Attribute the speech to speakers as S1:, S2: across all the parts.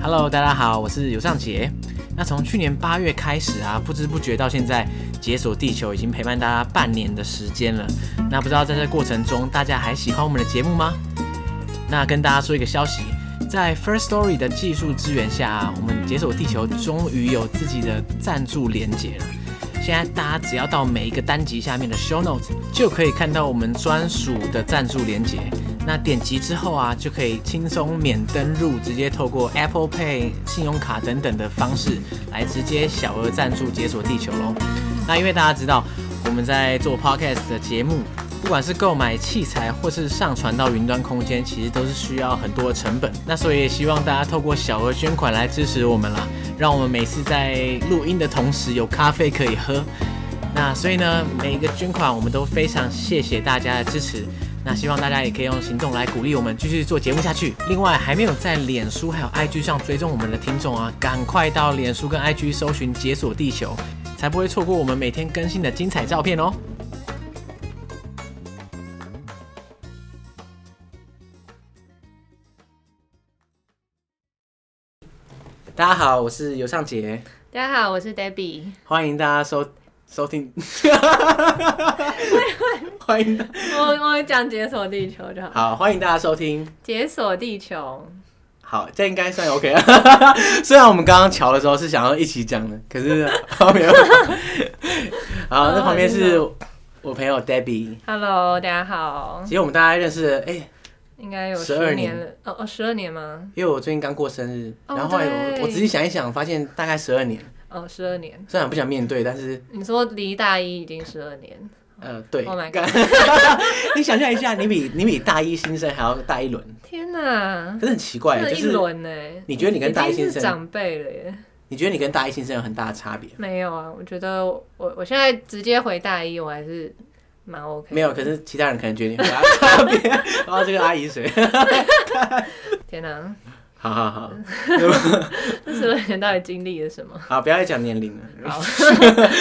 S1: Hello，大家好，我是尤尚杰。那从去年八月开始啊，不知不觉到现在，解锁地球已经陪伴大家半年的时间了。那不知道在这过程中，大家还喜欢我们的节目吗？那跟大家说一个消息，在 First Story 的技术支援下、啊，我们解锁地球终于有自己的赞助连接了。现在大家只要到每一个单集下面的 show notes，就可以看到我们专属的赞助连接。那点击之后啊，就可以轻松免登入，直接透过 Apple Pay、信用卡等等的方式来直接小额赞助解锁地球喽。那因为大家知道我们在做 podcast 的节目，不管是购买器材或是上传到云端空间，其实都是需要很多的成本。那所以也希望大家透过小额捐款来支持我们啦，让我们每次在录音的同时有咖啡可以喝。那所以呢，每一个捐款我们都非常谢谢大家的支持。那希望大家也可以用行动来鼓励我们继续做节目下去。另外，还没有在脸书还有 IG 上追踪我们的听众啊，赶快到脸书跟 IG 搜寻“解锁地球”，才不会错过我们每天更新的精彩照片哦。大家好，我是尤尚杰，
S2: 大家好，我是 Debbie。
S1: 欢迎大家收收 听，欢迎大
S2: 我我讲解锁地球就好，
S1: 好欢迎大家收听。
S2: 解锁地球。
S1: 好，这应该算 OK 啊 虽然我们刚刚瞧的时候是想要一起讲的，可是 后面好，那旁边是我朋友 Debbie。
S2: Hello，大家好，
S1: 其实我们大概认识了，哎、
S2: 应该有
S1: 12
S2: 十
S1: 年
S2: 年了，哦哦，十二年吗？
S1: 因为我最近刚过生日，
S2: 哦
S1: 然后后来
S2: 对
S1: 我我仔细想一想，发现大概十二年。
S2: 哦，十二年。
S1: 虽然不想面对，但是
S2: 你说离大一已经十二年，
S1: 呃，对
S2: Oh my god
S1: 干你想象一下，你比你比大一新生还要大一轮，
S2: 天哪
S1: 可，是很奇怪，
S2: 这
S1: 就
S2: 一
S1: 是
S2: 轮呢？
S1: 你觉得你跟大一
S2: 已经
S1: 新
S2: 是
S1: 生，
S2: 长辈了耶？
S1: 你觉得你跟大一新生有很大的差别？
S2: 没有啊，我觉得我我现在直接回大一，我还是蛮 OK 的。
S1: 没有，可是其他人可能觉得你很大的差 别。然后这个阿姨是谁？
S2: 天哪，
S1: 好好 好，
S2: 这十二年到底经历了什么？
S1: 好，不要再讲年龄了。
S2: 好，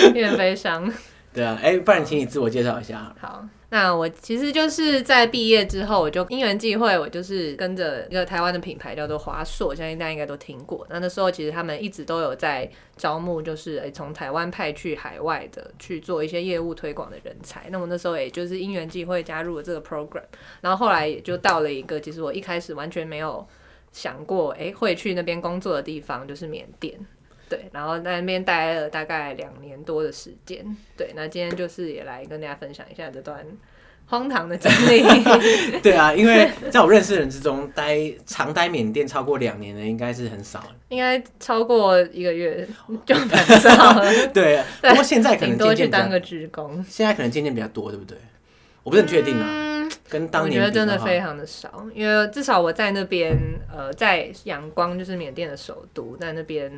S2: 有点悲伤。
S1: 对啊，哎、不然请你自我介绍一下好了。
S2: 好，那我其实就是在毕业之后，我就因缘际会，我就是跟着一个台湾的品牌叫做华硕，相信大家应该都听过。那那时候其实他们一直都有在招募，就是诶从、台湾派去海外的去做一些业务推广的人才。那我那时候也就是因缘际会加入了这个 program，然后后来也就到了一个其实我一开始完全没有想过，诶、会去那边工作的地方，就是缅甸。对，然后在那边待了大概两年多的时间。对，那今天就是也来跟大家分享一下这段荒唐的经历。
S1: 对啊，因为在我认识的人之中，待常待缅甸超过两年的应该是很少。
S2: 应该超过一个月就很 少了，
S1: 对，
S2: 对
S1: 不过现在可能
S2: 顶多
S1: 渐渐比
S2: 去当
S1: 较，
S2: 个职工。
S1: 现在可能渐渐比较多，对不对？我不是很确定啊，
S2: 嗯，
S1: 跟当
S2: 我
S1: 年
S2: 觉得
S1: 比
S2: 真的
S1: 话
S2: 非常的少，因为至少我在那边，呃，在仰光就是缅甸的首都，在那边，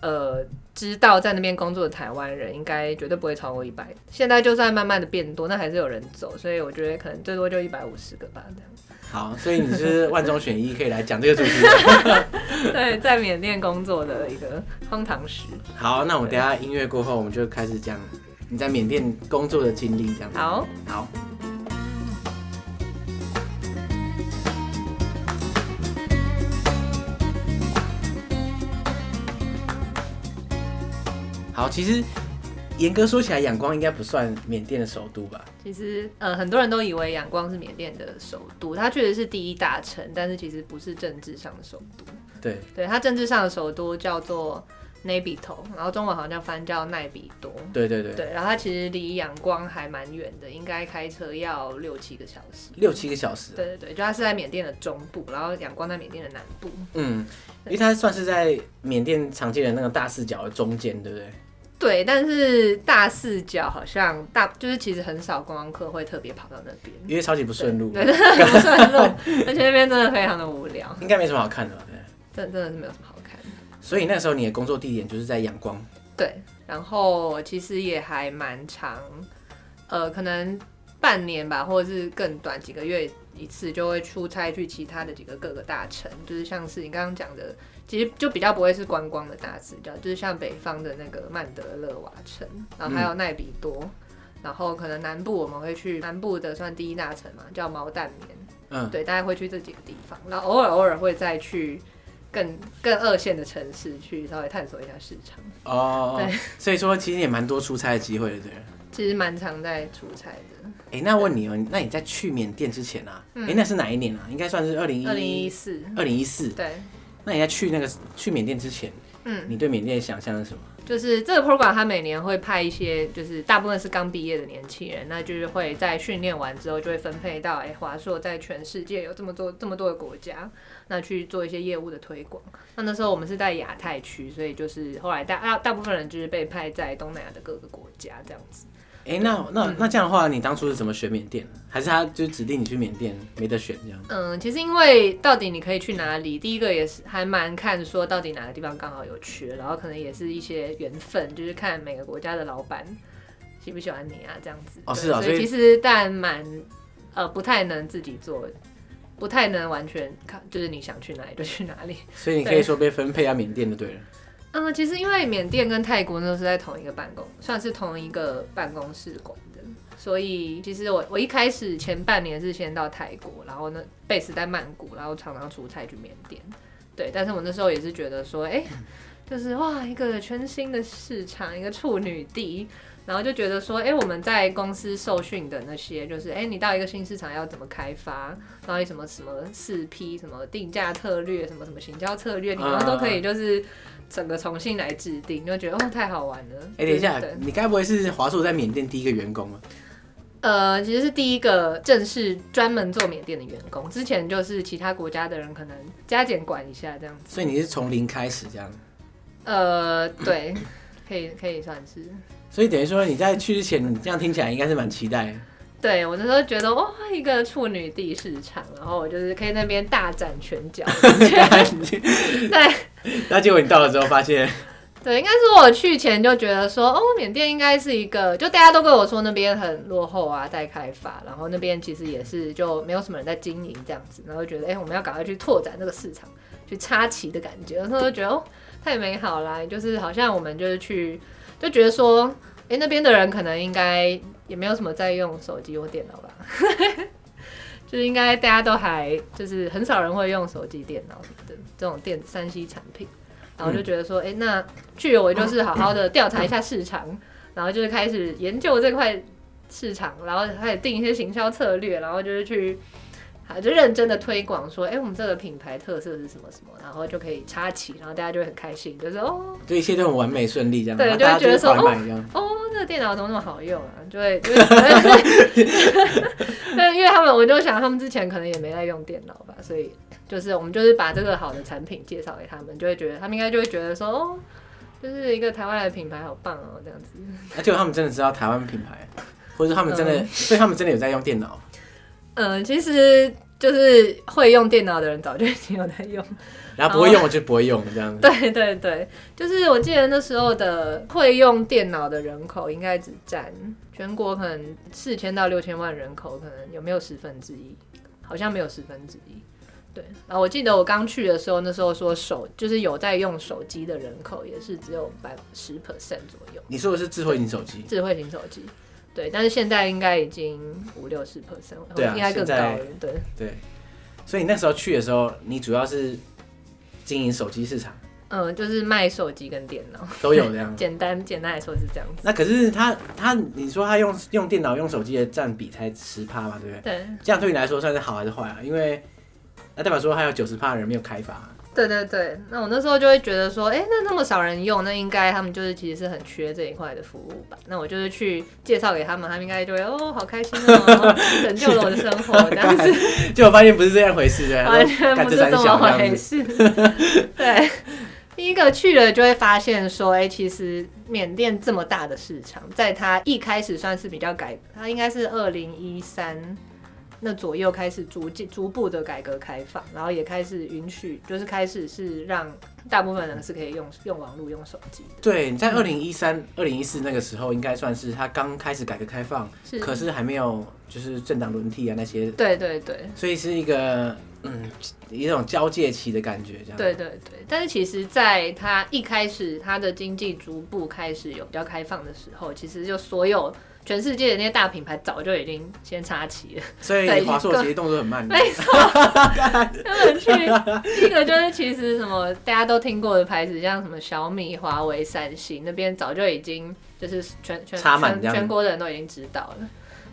S2: 呃，知道在那边工作的台湾人应该绝对不会超过一百。现在就算慢慢的变多，那还是有人走，所以我觉得可能最多就一百五十个吧，这样。
S1: 好，所以你是万中选一，可以来讲这个主题。
S2: 对，在缅甸工作的一个荒唐史。
S1: 好，那我等一下音乐过后，我们就开始讲你在缅甸工作的经历，这样子。
S2: 好，
S1: 好。好，其实严格说起来，仰光应该不算缅甸的首都吧？
S2: 其实呃，很多人都以为仰光是缅甸的首都，它确实是第一大城，但是其实不是政治上的首都。
S1: 对，
S2: 对，它政治上的首都叫做 n a b i t o 然后中文好像翻叫奈比多。
S1: 对对对，
S2: 对，然后它其实离仰光还蛮远的，应该开车要六七个小时。
S1: 六七个小时。啊
S2: 对对对，就它是在缅甸的中部，然后仰光在缅甸的南部。
S1: 嗯，因为它算是在缅甸常见的那个大四角的中间，对不对？
S2: 对，但是大四角好像大就是其实很少观光客会特别跑到那边。
S1: 因为超级不顺路，
S2: 对，不算路，而且那边真的非常的无聊，
S1: 应该没什么好看的吧？对。
S2: 真真的是没有什么好看。
S1: 所以那时候你的工作地点就是在仰光。
S2: 对，然后其实也还蛮长，呃，可能半年吧，或者是更短，几个月一次就会出差去其他的几个各个大城，就是像是你刚刚讲的，其实就比较不会是观光的大市角，就是像北方的那个曼德勒瓦城，然后还
S1: 嗯
S2: 有奈比多。然后可能南部我们会去南部的算第一大城嘛，叫毛蛋棉，
S1: 嗯，
S2: 对，大概会去这几个地方，然后偶尔偶尔会再去更更二线的城市去稍微探索一下市场。
S1: 哦，
S2: 对
S1: 所以说其实也蛮多出差的机会的，对。
S2: 其实蛮常在出差的，
S1: 哎、那问你哦，那你在去缅甸之前啊，哎、那是哪一年啊？应该算是二零
S2: 二零一
S1: 一
S2: 四，
S1: 二零一四。
S2: 对，
S1: 那你在去那个去缅甸之前，
S2: 嗯，
S1: 你对缅甸的想象是什么？
S2: 就是这个 program，它每年会派一些，就是大部分是刚毕业的年轻人，那就是会在训练完之后，就会分配到哎华硕在全世界有这么多这么多的国家，那去做一些业务的推广。那那时候我们是在亚太区，所以就是后来大大大部分人就是被派在东南亚的各个国家这样子。
S1: 哎、那那那这样的话，你当初是怎么选缅甸？还是他就指定你去缅甸，没得选这样？
S2: 嗯，其实因为到底你可以去哪里，第一个也是还蛮看说到底哪个地方刚好有缺，然后可能也是一些缘分，就是看每个国家的老板喜不喜欢你啊这样子。
S1: 哦
S2: 对
S1: 是啊
S2: 所
S1: 所以
S2: 以其实但蛮呃不太能自己做，不太能完全看，就是你想去哪里就去哪里。
S1: 所以你可以说被分配到缅甸就对了。
S2: 嗯，其实因为缅甸跟泰国都是在同一个办公，算是同一个办公室管的，所以其实我我一开始前半年是先到泰国，然后呢 base 在曼谷，然后常常出差去缅甸。对，但是我那时候也是觉得说，哎、就是哇，一个全新的市场，一个处女地，然后就觉得说，哎、我们在公司受训的那些，就是哎、你到一个新市场要怎么开发，然后你什么什么四 P，什么定价策略，什么什么行销策略，你们都可以就是整个重新来制定，就觉得哦，太好玩了。
S1: 哎、等一下
S2: 对对，
S1: 你该不会是华硕在缅甸第一个员工吗？啊
S2: 呃，其实是第一个正式专门做缅甸的员工，之前就是其他国家的人可能加减管一下这样子。
S1: 所以你是从零开始这样。
S2: 呃， 对，可以可以算是。
S1: 所以等于说你在去之前，你这样听起来应该是蛮期 待的。
S2: 对我那时候觉得哇，一个处女地市场，然后我就是可以那边大展拳脚。对
S1: 那结果你到了之后发现，
S2: 对，应该是我去前就觉得说，哦，缅甸应该是一个，就大家都跟我说那边很落后啊，待开发，然后那边其实也是就没有什么人在经营这样子，然后觉得哎、我们要赶快去拓展这个市场，去插旗的感觉。那时候就觉得哦，太美好啦，就是好像我们就是去就觉得说，哎、那边的人可能应该也没有什么在用手机或电脑吧。 就是应该大家都还就是很少人会用手机、电脑什么的这种电三 C 产品，然后就觉得说，哎、那去了我就是好好的调查一下市场，然后就是开始研究这块市场，然后开始定一些行销策略，然后就是去。啊，就认真的推广说，哎、我们这个品牌特色是什么什么，然后就可以插旗，然后大家就会很开心，就说哦，
S1: 就一切都很完美顺利这样，
S2: 对
S1: 然后大家
S2: 就会觉得
S1: 是狂
S2: 说
S1: 买这样。
S2: 哦，这个电脑怎么那么好用啊？就会就会， 对，因为他们我就想他们之前可能也没在用电脑吧，所以就是我们就是把这个好的产品介绍给他们，就会觉得他们应该就会觉得说哦，就是一个台湾的品牌好棒哦这样子。
S1: 而且他们真的知道台湾品牌，或者说他们真的，所以他们真的有在用电脑。
S2: 嗯，其实就是会用电脑的人早就已经有在 用。
S1: 然后不会用我就不会用这样子。
S2: 哦对对对，就是我记得那时候的会用电脑的人口应该只占全国可能四千到六千万人口，可能有没有十分之一？好像没有十分之一。对，然后我记得我刚去的时候，那时候说手就是有在用手机的人口也是只有百十 percent 左右，
S1: 你说的是智慧型手机，
S2: 智慧型手机。对，但是现在应该已经五六十 percent，
S1: 对啊
S2: 应该更
S1: 现
S2: 高
S1: 在
S2: 了。对，
S1: 对。所以你那时候去的时候，你主要是经营手机市场，
S2: 嗯，就是卖手机跟电脑，
S1: 都有这样。
S2: 简单简单来说是这样子。
S1: 那可是他他，你说他用用电脑用手机的占比才十趴嘛，对不对？
S2: 对，
S1: 这样对你来说算是好还是坏啊？因为那代表说还有九十趴的人没有开发、
S2: 对对对，那我那时候就会觉得说，哎、那那么少人用，那应该他们就是其实是很缺这一块的服务吧？那我就是去介绍给他们，他们应该就会哦，好开心哦， 拯救了我的生活，这样子
S1: 就我发现不是这样回事的，
S2: 完全
S1: 干
S2: 不是
S1: 这三
S2: 这么
S1: 小这样
S2: 回
S1: 子。
S2: 事。 对，第一个去了就会发现说，哎、其实缅甸这么大的市场，在它一开始算是比较改，它应该是二零一三。那左右开始逐渐逐步的改革开放，然后也开始允许，就是开始是让大部分人是可以用用网络、用手机的。
S1: 对，你在二零一三、二零一四那个时候，应该算是他刚开始改革开放，
S2: 是，
S1: 可是还没有就是政党轮替啊那些
S2: 对对对，
S1: 所以是一个嗯一种交界期的感觉，这样。
S2: 对对对，但是其实，在它一开始它的经济逐步开始有比较开放的时候，其实就所有全世界的那些大品牌早就已经先插旗 了。
S1: 所以
S2: 对哎
S1: 华硕其实动作很慢的。
S2: 没错，他们去第一个就是其实什么大家都听过的牌子，像什么小米、华为、三星那边早就已经就是全全
S1: 插满
S2: 全
S1: 这样
S2: 全国的人都已经知道了。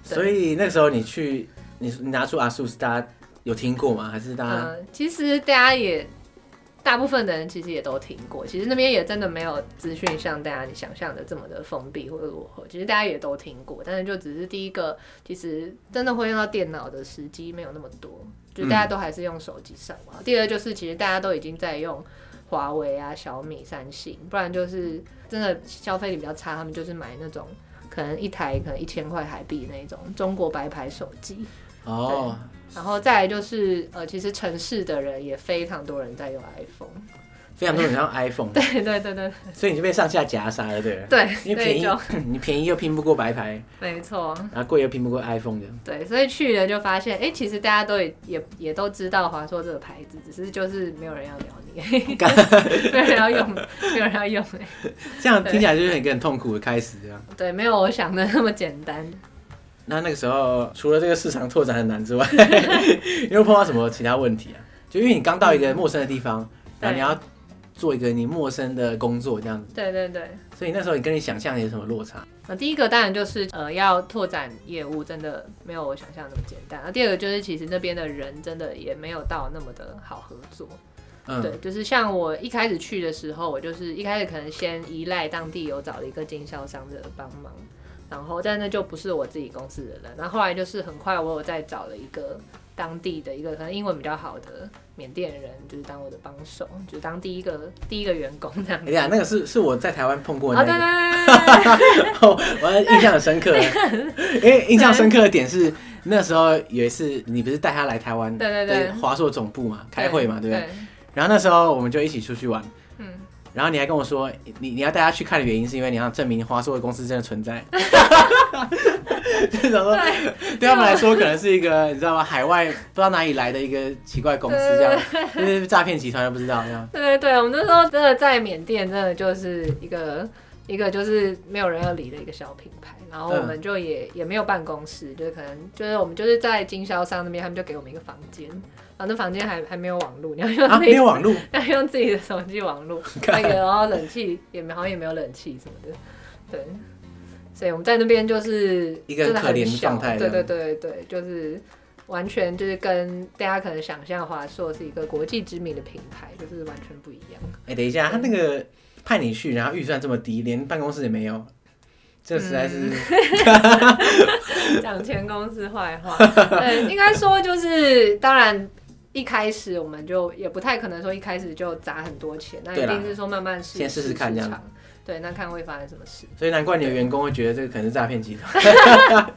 S2: 对
S1: 所以那个时候你去，你你拿出 ASUS，大家有听过吗？还是大家？
S2: 嗯，其实大家也大部分的人其实也都听过，其实那边也真的没有资讯像大家你想象的这么的封闭或者落后，其实大家也都听过，但是就只是第一个，其实真的会用到电脑的时机没有那么多，就大家都还是用手机上网。第二就是其实大家都已经在用。华为啊、小米、三星，不然就是真的消费力比较差，他们就是买那种可能一台可能一千块台币那种中国白牌手机。嗯
S1: 哦，
S2: 然后再来就是呃，其实城市的人也非常多人在用 iPhone，
S1: 非常多人像 iPhone，
S2: 对对对对
S1: 所以你就被上下夹杀了，对了。
S2: 对，
S1: 因为
S2: 所
S1: 便
S2: 以
S1: 宜
S2: 就，
S1: 你便宜又拼不过白牌，
S2: 没错，
S1: 然后贵又拼不过 iPhone 的。
S2: 对，所以去了就发现，哎、其实大家都也也也都知道华硕这个牌子，只是就是没有人要聊你， 没有人要用，没有人要用、哎
S1: 这样听起来就是一个很痛苦的开始，这样。
S2: 对，没有我想的那么简单。
S1: 那那个时候，除了这个市场拓展很难之外， 你有碰到什么其他问题啊？就因为你刚到一个陌生的地方，
S2: 嗯
S1: 然后你要做一个你陌生的工作这样子，
S2: 对对对，
S1: 所以那时候你跟你想象有什么落差？
S2: 那第一个当然就是呃，要拓展业务，真的没有我想象那么简单。啊那第二个就是，其实那边的人真的也没有到那么的好合作。
S1: 嗯，
S2: 对，就是像我一开始去的时候，我就是一开始可能先依赖当地有找了一个经销商的帮忙，然后但那就不是我自己公司的人。然后后来就是很快我有再找了一个当地的一个可能英文比较好的缅甸人，就是当我的帮手，就是当第一个第一个员工这样
S1: 哎
S2: 子。
S1: 呀，那个是是我在台湾碰过的
S2: 哦，对
S1: 那个，
S2: 对对对
S1: 我印象很深 刻。因为印象深刻的点是那时候有一次你不是带他来台湾，
S2: 对对对
S1: 华硕总部嘛， 开会嘛，对不对？
S2: 对？
S1: 然后那时候我们就一起出去玩，
S2: 嗯，
S1: 然后你还跟我说，你你要带他去看的原因是因为你要证明华硕的公司真的存 在。就是想说，对他们来说可能是一个你知道吗？海外不知道哪里来的一个奇怪公司，这样就是诈骗集团都不知道这样。
S2: 对对对，我们那时候真的在缅甸，真的就是一个一个就是没有人要理的一个小品牌，然后我们就也、也没有办公室，就是可能就是我们就是在经销商那边，他们就给我们一个房间，然后那房间还还没有网络，你要用
S1: 啊，
S2: 自己、
S1: 没有网络，
S2: 要用自己的手机网 络，那个然后冷气也没好像也没有冷气什么的，对。所以我们在那边就是
S1: 一个
S2: 真的
S1: 可怜的
S2: 很小
S1: 状态这
S2: 对
S1: 样
S2: 对对对，就是完全就是跟大家可能想象华硕是一个国际知名的品牌，就是完全不一样。
S1: 哎、等一下，他那个派你去，然后预算这么低，连办公室也没有，这实在是、
S2: 讲前公司坏话，对，呃应该说就是，当然一开始我们就也不太可能说一开始就砸很多钱，那一
S1: 对啦
S2: 定是说慢慢试，
S1: 先试试看这样
S2: 市场。对，那看会发生什么事。
S1: 所以难怪你的员工会觉得这个可能是诈骗集 团。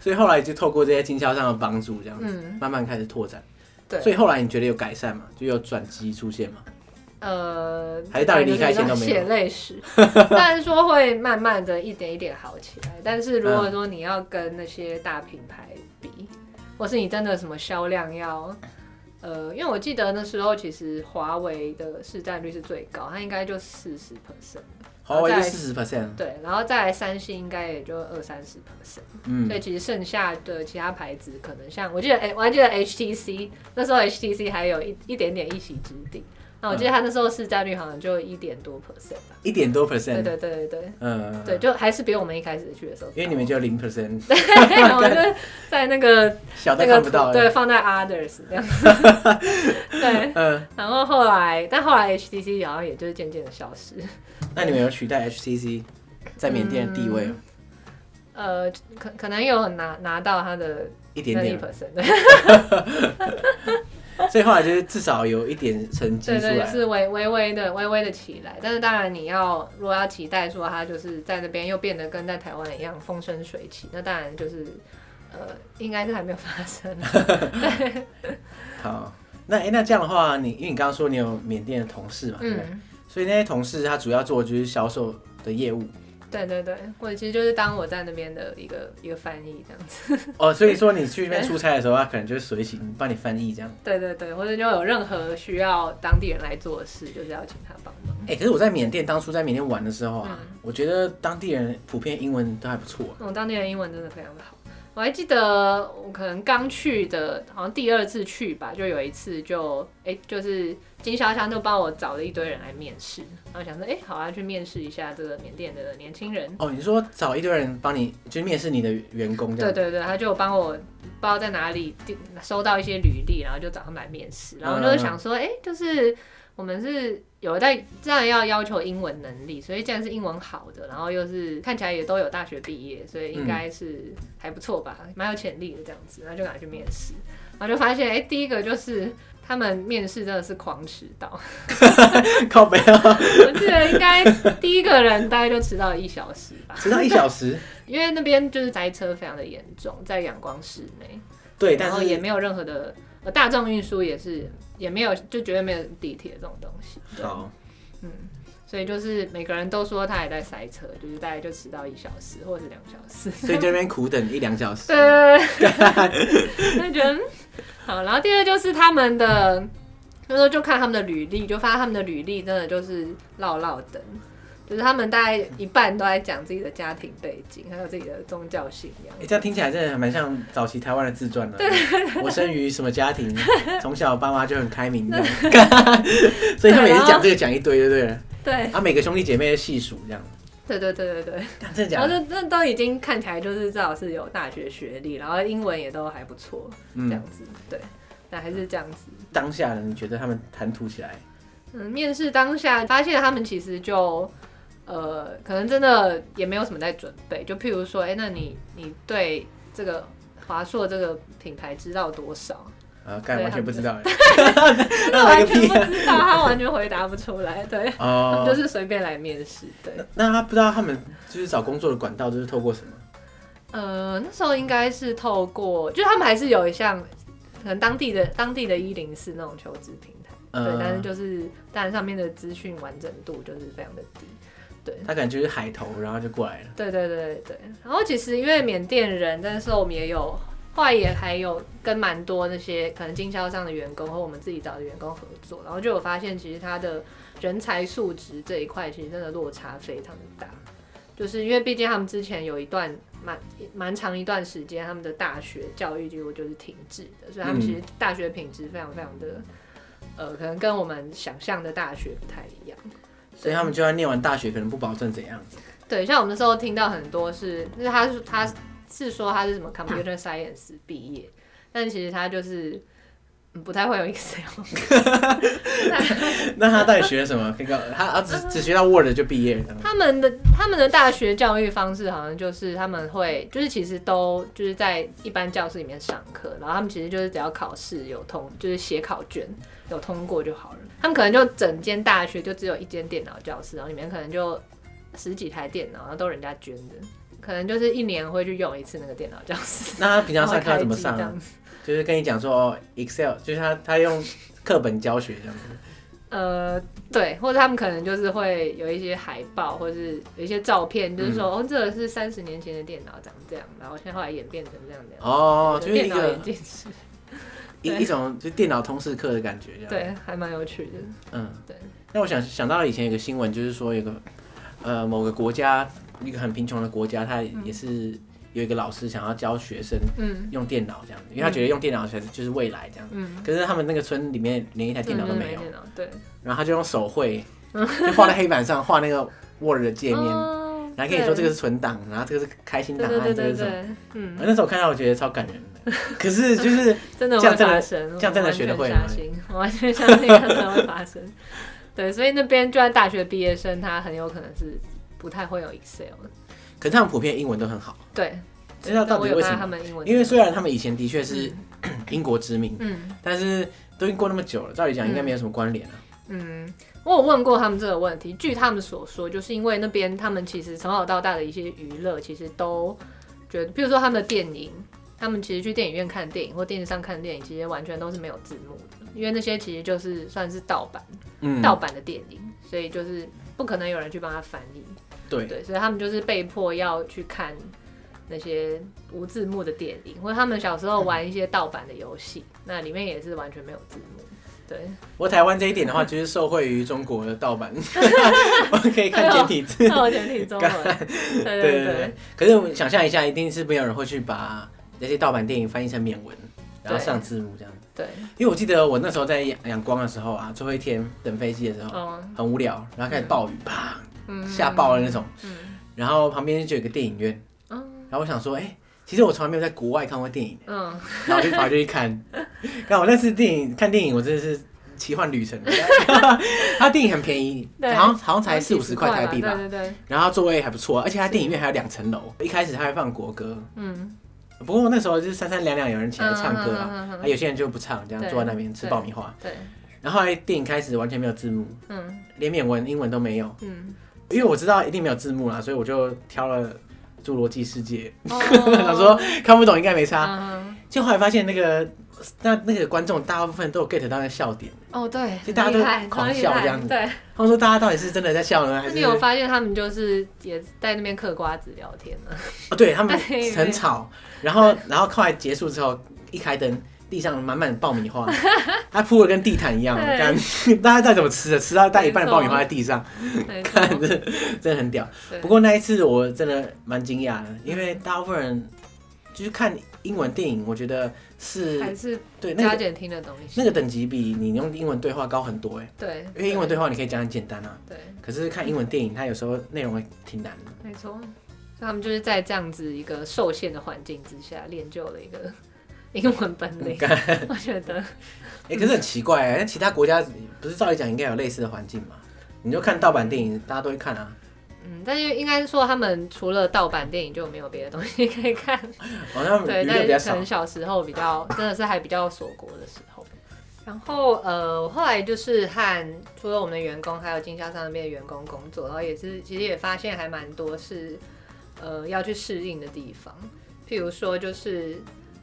S1: 所以后来就透过这些经销商的帮助，这样子、
S2: 嗯
S1: 慢慢开始拓展。
S2: 对
S1: 所以后来你觉得有改善吗？就有转机出现吗？
S2: 呃，
S1: 还是到你离开前都没有
S2: 血 泪史，但是说会慢慢的一点一点好起来。但是如果说你要跟那些大品牌比，或是你真的什么销量要，呃，因为我记得那时候其实华为的市占率是最高，它应该就四十 percent，
S1: 华为
S2: 在
S1: 就四十 percent，
S2: 对，然后再来三星应该也就二三十 percent。
S1: 嗯
S2: 所，以其实剩下的其他牌子，可能像我记得，哎、我还记得 HTC 那时候 HTC 还有一一点点一席之地。那
S1: 嗯
S2: 我记得它那时候市占率好像就一点多 percent 吧。
S1: 一点多
S2: 对
S1: percent，
S2: 对对对对
S1: 嗯，
S2: 对，，就还是比我们一开始去的时候高。
S1: 因为你们就零 percent，
S2: 对，我就在那个
S1: 小到
S2: 那
S1: 啊看
S2: 个
S1: 不到
S2: 图
S1: 的，
S2: 对放在 others 这样子。 对，
S1: 嗯，
S2: 然后后来，但后来 HTC 好像也就是渐渐的消失。
S1: 那你们有取代 HTC 在缅甸的地位吗？
S2: 嗯呃，可可能有拿拿到它的
S1: 一点
S2: 那一
S1: 点
S2: percent，
S1: 所以后来就是至少有一点成绩
S2: 对
S1: 出
S2: 对，就
S1: 来。
S2: 是微微微的、微微的起来。但是当然，你要如果要期待说它就是在那边又变得跟在台湾一样风生水起，那当然就是呃，应该是还没有发生。啊
S1: 好，那哎、诶那这样的话，你因为你刚刚说你有缅甸的同事嘛，对不对？
S2: 嗯，
S1: 所以那些同事他主要做的就是销售的业务，
S2: 对对对，我其实就是当我在那边的一个一个翻译这样子。
S1: 哦，所以说你去那边出差的时候，他可能就会随行帮你翻译这样。
S2: 对对对，或者就有任何需要当地人来做的事，就是要请他帮忙。
S1: 哎、可是我在缅甸当初在缅甸玩的时候啊，
S2: 嗯
S1: 我觉得当地人普遍英文都还不错、啊。
S2: 我哦当地人英文真的非常的好。我还记得我可能刚去的，好像第二次去吧，就有一次就哎、就是经销商就帮我找了一堆人来面试，然后想说哎、好啊，去面试一下这个缅甸的年轻人。
S1: 哦，你说找一堆人帮你，就是面试你的员工这
S2: 对
S1: 样。
S2: 对对，他就帮我不知道在哪里地收到一些履历，然后就找他们来面试，然后
S1: 嗯
S2: 就是想说，哎、就是我们是有在这样要要求英文能力，所以既然是英文好的，然后又是看起来也都有大学毕业，所以
S1: 嗯
S2: 应该是还不错吧，蛮有潜力的这样子，然后就赶快去面试，然后就发现，哎、第一个就是。他们面试真的是狂迟到，
S1: 靠背啊，
S2: 我记得应该第一个人大概就迟到一小时吧，
S1: 迟到一小时。
S2: 因为那边就是塞车非常的严重，在仰光市内。
S1: 对，但
S2: 然后
S1: 是
S2: 也没有任何的呃大众运输也是也没有，就绝对没有地铁这种东西，
S1: 好，
S2: 所以就是每个人都说他也在塞车，就是大概就迟到一小时或者是两小 时。
S1: 所以就在那边苦等一两小时。
S2: 对对对对，就觉得嗯好。然后第二就是他们的，那时候就看他们的履历，就发现他们的履历真的就是唠唠等，就是他们大概一半都在讲自己的家庭背景，还有自己的宗教信仰。
S1: 哎、这样听起来真的蛮像早期台湾的自传了、 我生于什么家庭，从小爸妈就很开 明这样，所以他每次讲这个讲一堆，对不对？
S2: 对
S1: 啊，每个兄弟姐妹的细数这样，
S2: 对对对对对。
S1: 干啊真的
S2: 然
S1: 假
S2: 后
S1: 的？
S2: 这那都已经看起来就是至少是有大学学历，然后英文也都还不错，这样
S1: 嗯，
S2: 子、对，但还是这样子。
S1: 当下呢，你觉得他们谈吐起来，
S2: 嗯，面试当下发现他们其实就呃，可能真的也没有什么在准备，就譬如说，哎、那你你对这个华硕这个品牌知道多 少？
S1: 呃，干
S2: 对
S1: 完全不知道哎，
S2: 真的
S1: 那来
S2: 完
S1: 个
S2: 全
S1: 屁啊
S2: 不知道，他完全回答不出来，对，他们 就
S1: 哦，
S2: 是随便来面试，对。
S1: 那他不知道他们就是找工作的管道就是透过什么？
S2: 呃，那时候应该是透过，就是他们还是有一项可能当地的当地的一零四那种求职平台，
S1: 呃
S2: 对，
S1: 嗯
S2: 但是就是当然上面的资讯完整度就是非常的低。
S1: 他可能就是海投，然后就过来了。
S2: 对对对对对。然后其实因为缅甸人，但是我们也有后来也还有跟蛮多那些可能经销商的员工和我们自己找的员工合作，然后就有发现其实他的人才素质这一块其实真的落差非常的大，就是因为毕竟他们之前有一段蛮蛮长一段时间他们的大学教育几乎就是停滞的，所以他
S1: 嗯
S2: 们其实大学品质非常非常的。呃，可能跟我们想象的大学不太一样。
S1: 所以他们就算念完大学，可能不保证怎样 子。
S2: 对，像我们那时候听到很多是，就是他是他是说他是什么 computer science 毕业，但其实他就是嗯不太会用 Excel，
S1: 那他到底学了什么？可以告他啊，只只学到 Word 就毕业了这样。
S2: 他们的他们的大学教育方式好像就是他们会，就是其实都就是在一般教室里面上课，然后他们其实就是只要考试有通，就是写考卷有通过就好了。他们可能就整间大学就只有一间电脑教室，然后里面可能就十几台电脑，然后都人家捐的，可能就是一年会去用一次那个电脑教室。
S1: 那他平常上课
S2: 然后
S1: 要怎么
S2: 开机
S1: 上
S2: 这
S1: 啊
S2: 样？
S1: 就是跟你讲说哦，Excel，就是他他用课本教学这样子。
S2: 呃，对，或者他们可能就是会有一些海报，或者是有一些照片，就是
S1: 嗯
S2: 说、哦，这个是三十年前的电脑长这样，然后现在后来演变成这样的。
S1: 哦，
S2: 对
S1: 就是
S2: 电
S1: 一
S2: 脑
S1: 个
S2: 眼镜是，
S1: 一
S2: 对
S1: 一种就是电脑通识课的感觉这样。，
S2: 对，还蛮有趣的。
S1: 嗯，
S2: 对。
S1: 那我想想到以前有个新闻，就是说有个呃某个国家一个很贫穷的国家，他也是有一个老师想要教学生
S2: 嗯
S1: 用电脑这样子，因为他觉得用电脑才是就是未来这样。
S2: 嗯，
S1: 可是他们那个村里面连一台电脑都
S2: 嗯
S1: 没有，
S2: 电脑对，
S1: 然后他就用手绘，就画在黑板上画那个 Word 的界面，
S2: 哦
S1: 然后跟你说这个是存档，然后这个是开心
S2: 对
S1: 档
S2: 对
S1: 案，
S2: 对
S1: 这
S2: 对
S1: 个是
S2: 对
S1: 什么？
S2: 对，嗯，
S1: 那时候我看到我觉得超感人 的，可是就是
S2: 真的
S1: 这
S2: 会
S1: 样真的
S2: 发生，
S1: 这样真的
S2: 我完
S1: 学
S2: 全
S1: 得会吗
S2: 相信，我完全相信它真的会发生。对，所以那边就算大学毕业生，他很有可能是不太会有 Excel 的。
S1: 可是他们普遍英文都很好，
S2: 对，
S1: 知道到
S2: 我
S1: 底
S2: 有
S1: 为
S2: 看
S1: 什
S2: 到他
S1: 么？
S2: 们英文，
S1: 因为虽然他们以前的确是 英国殖民，
S2: 嗯。
S1: 但是都已经过那么久了，照理讲应该没有什么关联啊。
S2: 嗯，我有问过他们这个问题。据他们所说，就是因为那边他们其实从小到大的一些娱乐，其实都觉得，比如说他们的电影，他们其实去电影院看电影或电视上看电影，其实完全都是没有字幕的，因为那些其实就是算是盗版、
S1: 嗯，
S2: 盗版的电影，所以就是不可能有人去帮他翻译。
S1: 嗯对，
S2: 对，所以他们就是被迫要去看那些无字幕的电影，或者他们小时候玩一些盗版的游戏，那里面也是完全没有字幕。对，
S1: 不过台湾这一点的话，就是受惠于中国的盗 版，我们可以看简体字。
S2: 那我哦全 听中文。对对
S1: 对
S2: 对
S1: 对对。可是我们想象一下，一定是没有人会去把那些盗版电影翻译成缅文，然后
S2: 对
S1: 上字幕这样。
S2: 对，
S1: 因为我记得我那时候在阳阳光的时候啊，最后一天等飞机的时候，
S2: 嗯
S1: 很无聊，然后开始暴雨，啪，
S2: 嗯，
S1: 下暴了那种。
S2: 嗯
S1: 然后旁边就有个电影院，
S2: 嗯
S1: 然后我想说，哎、其实我从来没有在国外看过电影，
S2: 嗯，
S1: 然后我就跑去看。然后我那次电影看电影，我真的是奇幻旅程。 它电影很便宜，
S2: 对
S1: 好像好像才四五十块台币吧。
S2: 对对对，
S1: 然后它座位还不错，而且它电影院还有两层楼。一开始它会放国歌，
S2: 嗯，
S1: 不过那时候就是三三两两有人起来唱歌啊，
S2: 嗯嗯嗯嗯嗯
S1: 还有些人就不唱，这样
S2: 对
S1: 坐在那边吃爆米花。
S2: 对，
S1: 然后后来电影开始完全没有字幕，
S2: 嗯
S1: 连缅文、英文都没有，
S2: 嗯，
S1: 因为我知道一定没有字幕啦，啊所以我就挑了《侏罗纪世界》
S2: 想
S1: 想说啊看不懂应该没差。
S2: 哦嗯，
S1: 就后来发现那个那那个观众大部分都有 get 到那个笑点，
S2: 哦对，
S1: 就大家都
S2: 很厉害
S1: 狂
S2: 超厉
S1: 笑
S2: 害
S1: 这样子
S2: 对，
S1: 他们说大家到底是真的在笑呢，还是
S2: 那你有发现他们就是也在那边嗑瓜子聊天 吗？
S1: 哦对他们
S2: 对
S1: 很吵，然后然后后来结束之后一开灯。地上满满爆米 花，它铺的跟地毯一样，
S2: 对
S1: 干 大家再怎么吃的，吃到带一半的爆米花在地上，
S2: 没错
S1: 看着真的很屌。
S2: 对
S1: 不过那一次我真的蛮惊讶的，因为大部分人就是看英文电影，我觉得
S2: 还
S1: 是
S2: 是
S1: 对那
S2: 加
S1: 个
S2: 减听得懂一些。
S1: 那个等级比你用英文对话高很多哎，
S2: 对，
S1: 因为英文对话你可以讲很简单啊，
S2: 对，
S1: 可是看英文电影它有时候内容会挺难 的。
S2: 没错。所以他们就是在这样子一个受限的环境之下，练就了一个 英文本领。我觉得，
S1: 哎、可是很奇怪哎，那其他国家不是照理讲应该有类似的环境嘛？你就看盗版电影，大家都会看啊。
S2: 嗯，但是应该是说他们除了盗版电影就没有别的东西可以看。
S1: 好像娱
S2: 对，
S1: 乐比较
S2: 但是可
S1: 少
S2: 能，小时候比较 真的是还比较锁国的时候。然后呃，我后来就是和除了我们的员工，还有经销商那边的员工工作，然后也是其实也发现还蛮多是呃要去适应的地方，譬如说就是。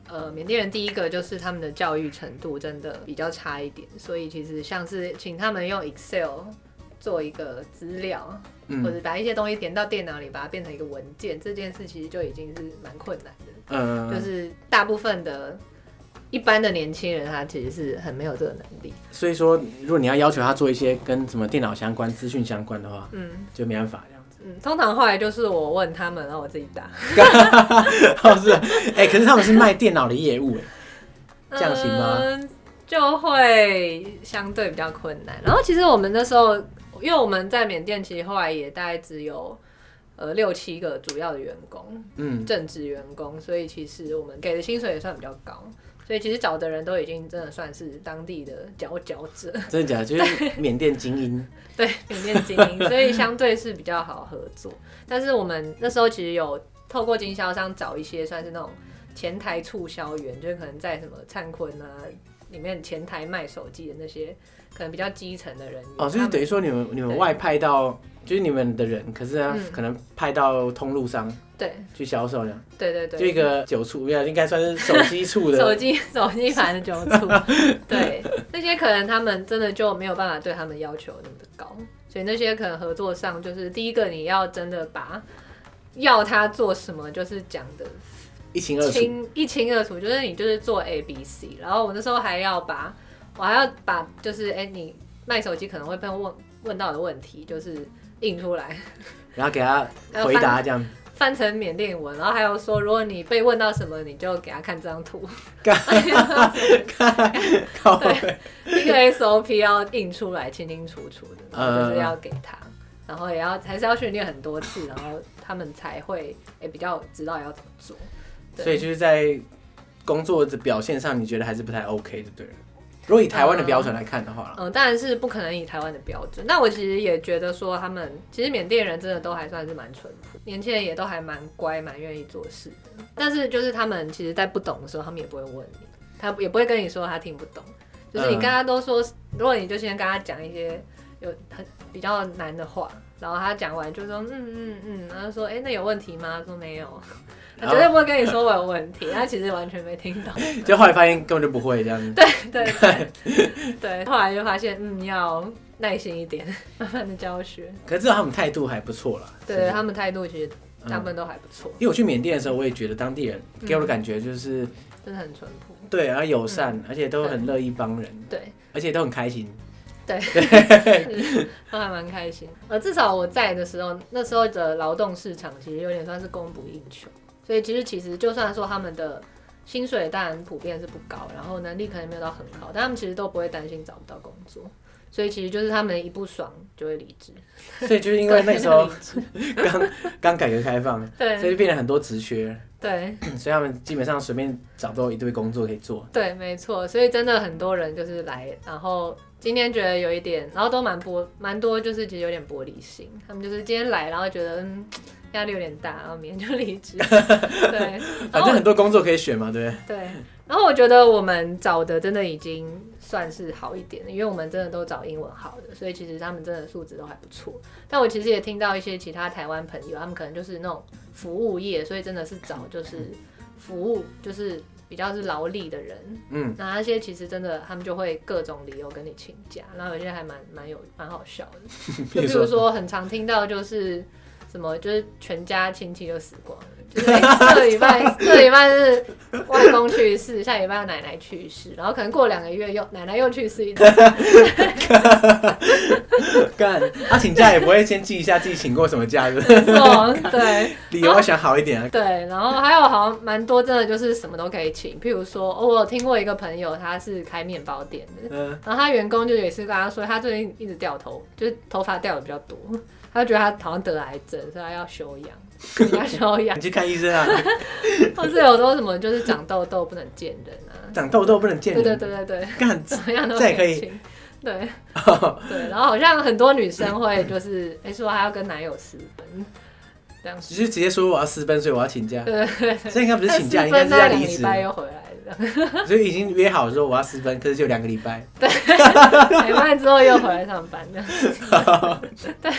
S2: 呃，缅甸人第一个就是他们的教育程度真的比较差一点，所以其实像是请他们用 Excel 做一个资料，或
S1: 嗯
S2: 者把一些东西点到电脑里，把它变成一个文件，这件事其实就已经是蛮困难的。
S1: 嗯，
S2: 就是大部分的一般的年轻人，他其实是很没有这个能力。
S1: 所以说，如果你要要求他做一些跟什么电脑相关、资讯相关的话，
S2: 嗯
S1: 就没办法这样子。
S2: 嗯，通常后来就是我问他们，然后我自己打。
S1: 哦， 是啊，哎、可是他们是卖电脑的业务哎，这样行吗
S2: 嗯，就会相对比较困难。然后其实我们那时候，因为我们在缅甸，其实后来也大概只有呃六七个主要的员工，
S1: 嗯，
S2: 正职员工，所以其实我们给的薪水也算比较高。所以其实找的人都已经真的算是当地的佼佼者，
S1: 真的假的？就是缅甸精 英，
S2: 对，缅甸精英，所以相对是比较好合作。但是我们那时候其实有透过经销商找一些算是那种前台促销员，就是可能在什么灿坤啊里面前台卖手机的那些，可能比较基层的人员。
S1: 哦，就是等于说你们你们
S2: 对
S1: 外派到，就是你们的人，可是呢、
S2: 嗯
S1: 可能派到通路上
S2: 对
S1: 去销售呢，
S2: 对对对，
S1: 就一个酒醋，没有应该算是手机醋的，
S2: 手机手机盘的酒醋，对 那些可能他们真的就没有办法对他们要求那么的高，所以那些可能合作上就是第一个你要真的把要他做什么，就是讲的
S1: 一清二楚。
S2: 清一清二楚，就是你就是做 A B C，然后我那时候还要把，我还要把就是哎、你卖手机可能会被问问到的问题，就是印出来
S1: 然后给他回答这样，
S2: 翻成缅甸文，然后还有说如果你被问到什么，你就给他看这张图，
S1: 靠
S2: 对一个 S O P 要印出来清清楚楚的，然后就是要给他。然后也要还是要训练很多次，然后他们才会诶、比较知道要怎么做。对
S1: 所以就是在工作的表现上，你觉得还是不太 OK 就对了。如果以台湾的标准来看的话啦，
S2: 嗯，当然是不可能以台湾的标准。但我其实也觉得说，他们其实缅甸人真的都还算是蛮淳朴，年轻人也都还蛮乖，蛮愿意做事的。但是就是他们其实在不懂的时候，他们也不会问你，他也不会跟你说他听不懂。就是你
S1: 嗯
S2: 跟他都说，如果你就先跟他讲一些有很比较难的话，然后他讲完就说嗯嗯嗯，然后说哎、那有问题吗？他说没有， 他绝对不会跟你说我有问题，他其实完全没听懂。
S1: 就后来发现根本就不会这样子。
S2: 嗯对 对对 对，后来就发现，嗯，要耐心一点， 慢慢的教学。
S1: 可是至少他们态度还不错啦。
S2: 对他们态度其实大
S1: 嗯
S2: 部分都还不错，
S1: 因为我去缅甸的时候，我也觉得当地人给我的感觉就是、
S2: 真的很淳朴。
S1: 对，而友善，而且都很乐意帮人，
S2: 对，
S1: 而且都很开心。
S2: 都还蛮开心。呃，至少我在的时候，那时候的劳动市场其实有点算是供不应求，所以其实其实就算说他们的薪水当然普遍是不高，然后能力可能没有到很好，但他们其实都不会担心找不到工作。所以其实就是他们一不爽就会离职，
S1: 所以就是因为那时 候
S2: 对就离职
S1: 刚刚改革开放，所以
S2: 对
S1: 就变了很多职缺，
S2: 对
S1: 所以他们基本上随便找都有一堆工作可以做。
S2: 对，没错，所以真的很多人就是来，然后今天觉得有一点，然后都蛮玻蛮多，就是其实有点玻璃心，他们就是今天来，然后觉得嗯压力有点大，然后明天就离职， 对，然
S1: 反
S2: 后
S1: 正很多工作可以选嘛，对不对？
S2: 对，然后我觉得我们找的真的已经算是好一点了，因为我们真的都找英文好的，所以其实他们真的素质都还不错。但我其实也听到一些其他台湾朋友，他们可能就是那种服务业，所以真的是找就是服务，就是比较是劳力的人。
S1: 嗯，
S2: 那那些其实真的他们就会各种理由跟你请假，然后有些还蛮蛮有蛮好笑的。 就比如说，很常听到就是什么，就是全家亲戚都死光了，就是、欸、这个礼 拜这个礼拜是外公去世，下礼拜奶奶去世，然后可能过两个月又奶奶又去世一次，
S1: 干，他请假也不会先记一下自己请过什么假，对不对
S2: 哦对。
S1: 理由要想好一点啊。
S2: 对，然后还有好像蛮多真的就是什么都可以请，譬如说，哦，我有听过一个朋友他是开面包店的，
S1: 嗯，
S2: 然后他员工就也是跟他说，他最近一直掉头，就是头发掉的比较多，他就觉得他好像得癌症，所以他要休养，人家休养
S1: 你，去看医生啊，
S2: 或是有时候什么就是长痘痘不能见人啊，
S1: 长痘痘不能见
S2: 对
S1: 人。
S2: 对对对对，
S1: 干，
S2: 怎么样都
S1: 这也可以
S2: 请。 对对，然后好像很多女生会就是，哎、说还要跟男友私奔，这样
S1: 只
S2: 子。
S1: 是直接说我要私奔，所以我要请假。
S2: 对对
S1: 这应该不
S2: 对，
S1: 是请假，应该
S2: 但私奔
S1: 是
S2: 那
S1: 在
S2: 两
S1: 离
S2: 个礼
S1: 职。
S2: 拜哦又回来了，
S1: 所以已经约好说我要私奔，可是就两个礼拜。
S2: 两班之后又回来上班，这样子。 对，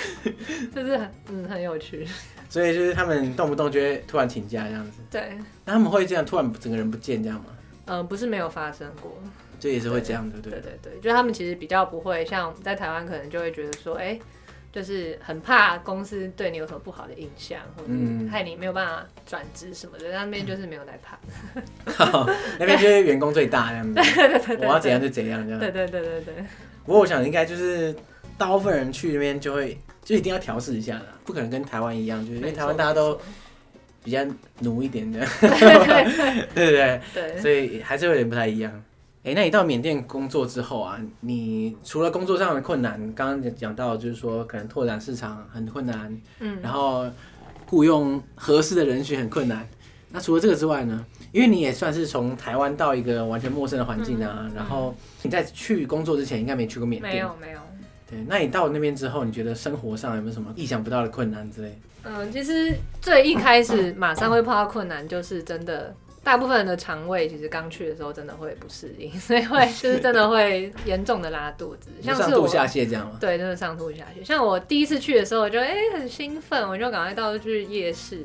S2: 就是很嗯很有趣。
S1: 所以就是他们动不动就会突然请假这样子。
S2: 对，
S1: 那他们会这样突然整个人不见这样吗？
S2: 嗯，不是没有发生过。
S1: 就也是会这样，对不
S2: 对
S1: 对？
S2: 对对，就他们其实比较不会像在台湾，可能就会觉得说，哎、就是很怕公司对你有什么不好的印象，或者
S1: 嗯
S2: 是害你没有办法转职什么的。那边就是没有在 怕。
S1: 那边就是员工最大这样子，
S2: 对对对对
S1: 我要怎样就怎样这样。
S2: 对对对对对，
S1: 不过我想应该就是大部分人去那边就会就一定要调试一下啦，不可能跟台湾一样，就是因为
S2: 没错
S1: 台湾大家都比较奴一点 的，对对
S2: 对
S1: 对，。 所以还是有点不太一样。哎、那你到缅甸工作之后啊，你除了工作上的困难，刚刚也讲到就是说可能拓展市场很困难，
S2: 嗯，
S1: 然后雇佣合适的人选很困难。那除了这个之外呢？因为你也算是从台湾到一个完全陌生的环境
S2: 嗯
S1: 啊，然后你在去工作之前应该没去过缅甸，
S2: 没有没有。
S1: 对，那你到那边之后，你觉得生活上有没有什么意想不到的困难之类？
S2: 嗯，其实最一开始马上会碰到困难，就是真的。大部分人的肠胃其实刚去的时候真的会不适应，所以会就是真的会严重的拉肚子，
S1: 就
S2: 像
S1: 上
S2: 是
S1: 吐
S2: 我
S1: 下泻这样吗？
S2: 对，真的上吐下泻。像我第一次去的时候，我就哎、很兴奋，我就赶快到处去夜市，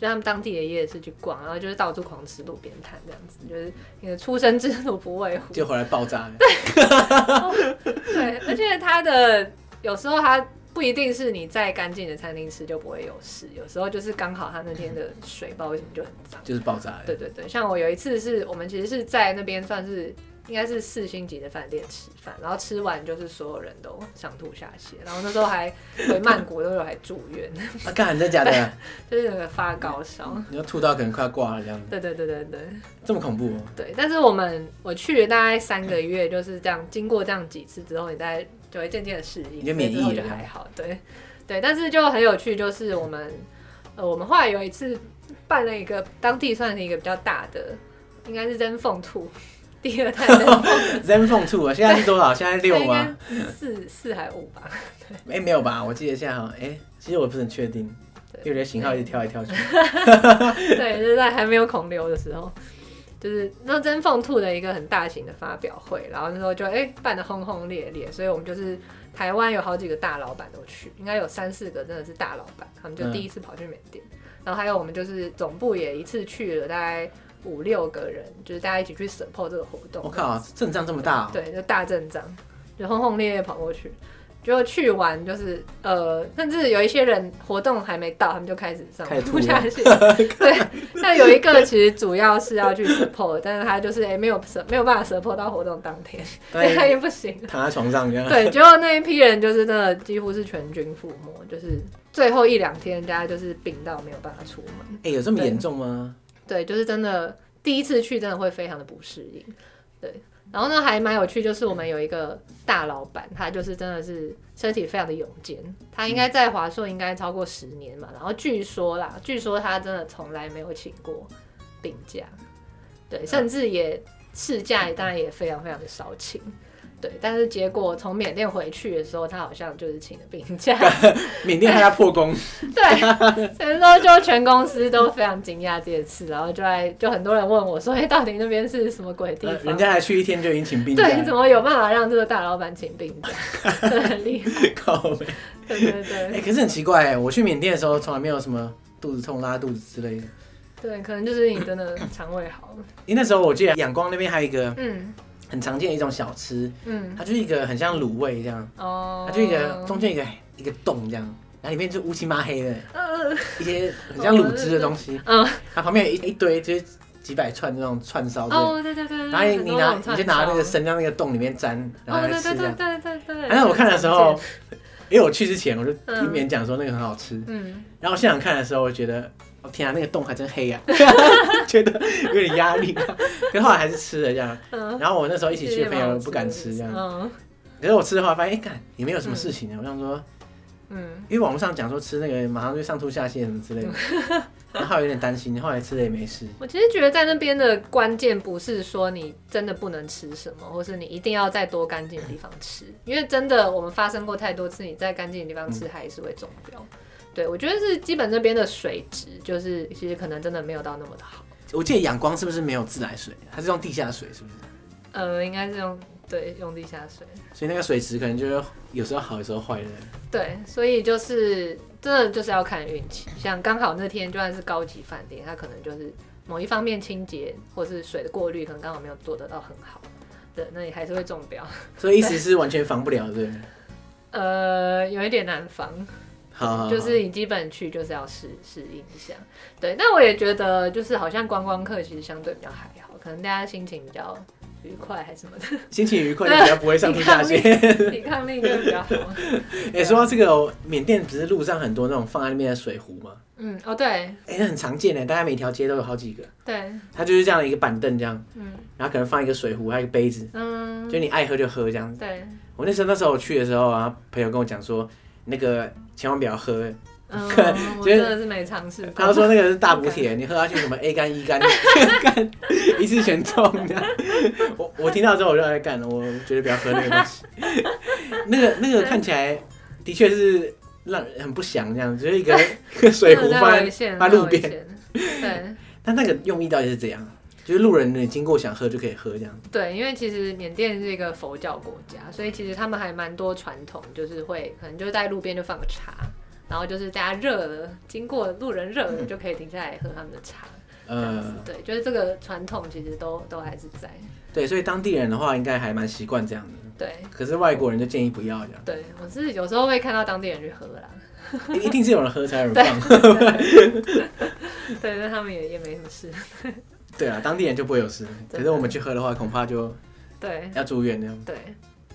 S2: 就他们当地的夜市去逛，然后就是到处狂吃路边摊这样子，就是你的出生之犊不畏虎。
S1: 就回来爆炸了。
S2: 对，而且它的有时候它不一定是你在干净的餐厅吃就不会有事，有时候就是刚好它那天的水不知道为什么就很脏。
S1: 就是爆炸了。
S2: 对对对，像我有一次是我们其实是在那边算是应该是四星级的饭店吃饭，然后吃完就是所有人都上吐下泻，然后那时候还回曼谷那时候还住院，
S1: 啊，干，真的假的？
S2: 就是整个发高烧。
S1: 你要吐到可能快要挂了这样子，
S2: 对对对对对
S1: 这么恐怖、哦？
S2: 对，但是我们我去了大概三个月，就是这样，经过这样几次之后，你大概就会渐渐的适应，
S1: 你就免疫了
S2: 所以之后就还好。对对，但是就很有趣，就是我们呃，我们后来有一次办了一个当地算是一个比较大的，应该是扔凤兔。第二代的
S1: Zen Phone Two 啊，现在是多少？现在六
S2: 应该
S1: 吗？
S2: 四四还五吧，
S1: 哎、没有吧？我记得现在好像，哎、其实我不是很确定，
S2: 对
S1: 因为我觉得型号一直跳来跳去。
S2: 对，就是在还没有孔流的时候，就是那真凤兔的一个很大型的发表会，然后那时候就哎、办得轰轰烈烈，所以我们就是台湾有好几个大老板都去，应该有三四个真的是大老板，他们就
S1: 嗯
S2: 第一次跑去缅甸，然后还有我们就是总部也一次去了大概五六个人，就是大家一起去 support 这个活动。
S1: 我靠，阵仗这么大、哦，
S2: 对，就大阵仗，就轰轰烈烈跑过去。就去完就是呃，甚至有一些人活动还没到，他们就开始上
S1: 开始吐
S2: 吐下 去。对，那有一个其实主要是要去 support，但是他就是哎、没有 sup- 没有办法 support 到活动当天， 所以他也不行。
S1: 躺在床上这样。
S2: 对，结果那一批人就是真的几乎是全军覆没，就是最后一两天大家就是病到没有办法出门。
S1: 哎、有这么严重吗？
S2: 对，就是真的第一次去真的会非常的不适应。对，然后呢还蛮有趣，就是我们有一个大老板，他就是真的是身体非常的勇健，他应该在华硕应该超过十年嘛，然后据说啦，据说他真的从来没有请过病假，对，甚至也事假当然也非常非常的少请。对，但是结果从缅甸回去的时候，他好像就是请了病假，
S1: 缅甸还要破功，
S2: 对，所以说就全公司都非常惊讶这件事，然后就来就很多人问我说，哎、到底那边是什么鬼地
S1: 呃
S2: 方？
S1: 人家还去一天就已经请病假，
S2: 对，你怎么有办法让这个大老板请病 假？真的很厉害。
S1: 靠背？
S2: 对对
S1: 哎、
S2: 对
S1: 可是很奇怪、我去缅甸的时候从来没有什么肚子痛、拉肚子之类的。
S2: 对，可能就是你真的肠胃好。
S1: 因为那时候我记得仰光那边还有一个
S2: 嗯
S1: 很常见的一种小吃，
S2: 嗯
S1: 它就是一个很像卤味这样，
S2: 哦，
S1: 它就一个中间一个一个洞这样，然后里面就乌漆嘛黑的
S2: 呃
S1: 一些很像卤汁的东西，
S2: 嗯
S1: 它旁边有一一堆就是几百串那种串烧之类的，
S2: 哦对对对，对
S1: 然后你你拿你就拿那个。
S2: 很多种串烧
S1: 生到那个洞里面沾，然后
S2: 哦
S1: 来
S2: 对
S1: 吃这
S2: 对对
S1: 样。
S2: 对对对。
S1: 反正我看的时候，因为我去之前我就
S2: 嗯
S1: 听别人讲说那个很好吃，
S2: 嗯，
S1: 然后现场看的时候，我觉得，哦天啊，那个洞还真黑 啊，觉得有点压力、啊。可是后来还是吃了这样。
S2: 嗯
S1: 然后我那时候一
S2: 一
S1: 起去的朋友不敢吃这样，
S2: 嗯
S1: 可是我吃的话发现，哎、干也没有什么事情啊。我想说，
S2: 嗯，
S1: 因为网络上讲说吃那个马上就上吐下泻什么之类的， 然后有点担心，后来吃了也没事。
S2: 我其实觉得在那边的关键不是说你真的不能吃什么，或是你一定要在多干净的地方吃，因为真的我们发生过太多次，你在干净的地方吃还是会中标。对，我觉得是基本那边的水质，就是其实可能真的没有到那么的好。
S1: 我记得仰光是不是没有自来水，它是用地下水，是不是？
S2: 呃，应该是用对用地下水。
S1: 所以那个水质可能就是有时候好，有时候坏的。
S2: 对，所以就是真的就是要看运气。像刚好那天就算是高级饭店，它可能就是某一方面清洁或是水的过滤，可能刚好没有做得到很好。对，那你还是会中标。
S1: 所以意思是完全防不了，对不对？
S2: 呃，有一点难防，
S1: 好好好
S2: 就是你基本去就是要适适应一下。对，但我也觉得就是好像观光客其实相对比较还好，可能大家心情比较愉快还是什么的，
S1: 心情愉快就比较不会上吐下泻。
S2: 抵抗力就比较好。
S1: 哎、说到这个哦，缅甸不是路上很多那种放在那边的水壶吗？
S2: 嗯，哦，对
S1: 哎、那很常见的，大概每条街都有好几个。
S2: 对，
S1: 它就是这样的一个板凳这样，
S2: 嗯
S1: 然后可能放一个水壶，还有一个杯子，
S2: 嗯，
S1: 就你爱喝就喝这样子。
S2: 对，
S1: 我那时候那时候我去的时候啊，朋友跟我讲说，那个千万不要喝，
S2: 嗯，我
S1: 就是
S2: 真的是没尝试
S1: 他
S2: 过。
S1: 说那个是大补
S2: 哦
S1: 铁，你喝下去什么 A 肝 E 肝，干 一次全中这样。我我听到之后我就在干了，我绝对不要喝那个东西。 那个那个看起来的确是让人很不祥这样，就是一个一个水壶
S2: 真的
S1: 放
S2: 太
S1: 在
S2: 危险，
S1: 放在路
S2: 太危
S1: 边
S2: 险。对
S1: 但那个用意到底是怎样？就是路人你经过想喝就可以喝这样。
S2: 对，因为其实缅甸是一个佛教国家，所以其实他们还蛮多传统，就是会可能就在路边就放个茶，然后就是大家热了，经过路人热了就可以停下来喝他们的茶。这样子
S1: 呃，
S2: 对，就是这个传统其实都都还是在。
S1: 对，所以当地人的话应该还蛮习惯这样的。
S2: 对
S1: 可是外国人就建议不要这样，
S2: 对，我是有时候会看到当地人去喝啦，
S1: 一一定是有人喝才有人
S2: 对
S1: 放。
S2: 对，但他们也也没什么事。
S1: 对啊，当地人就不会有事。可是我们去喝的话，恐怕就
S2: 对
S1: 要住院这样。
S2: 对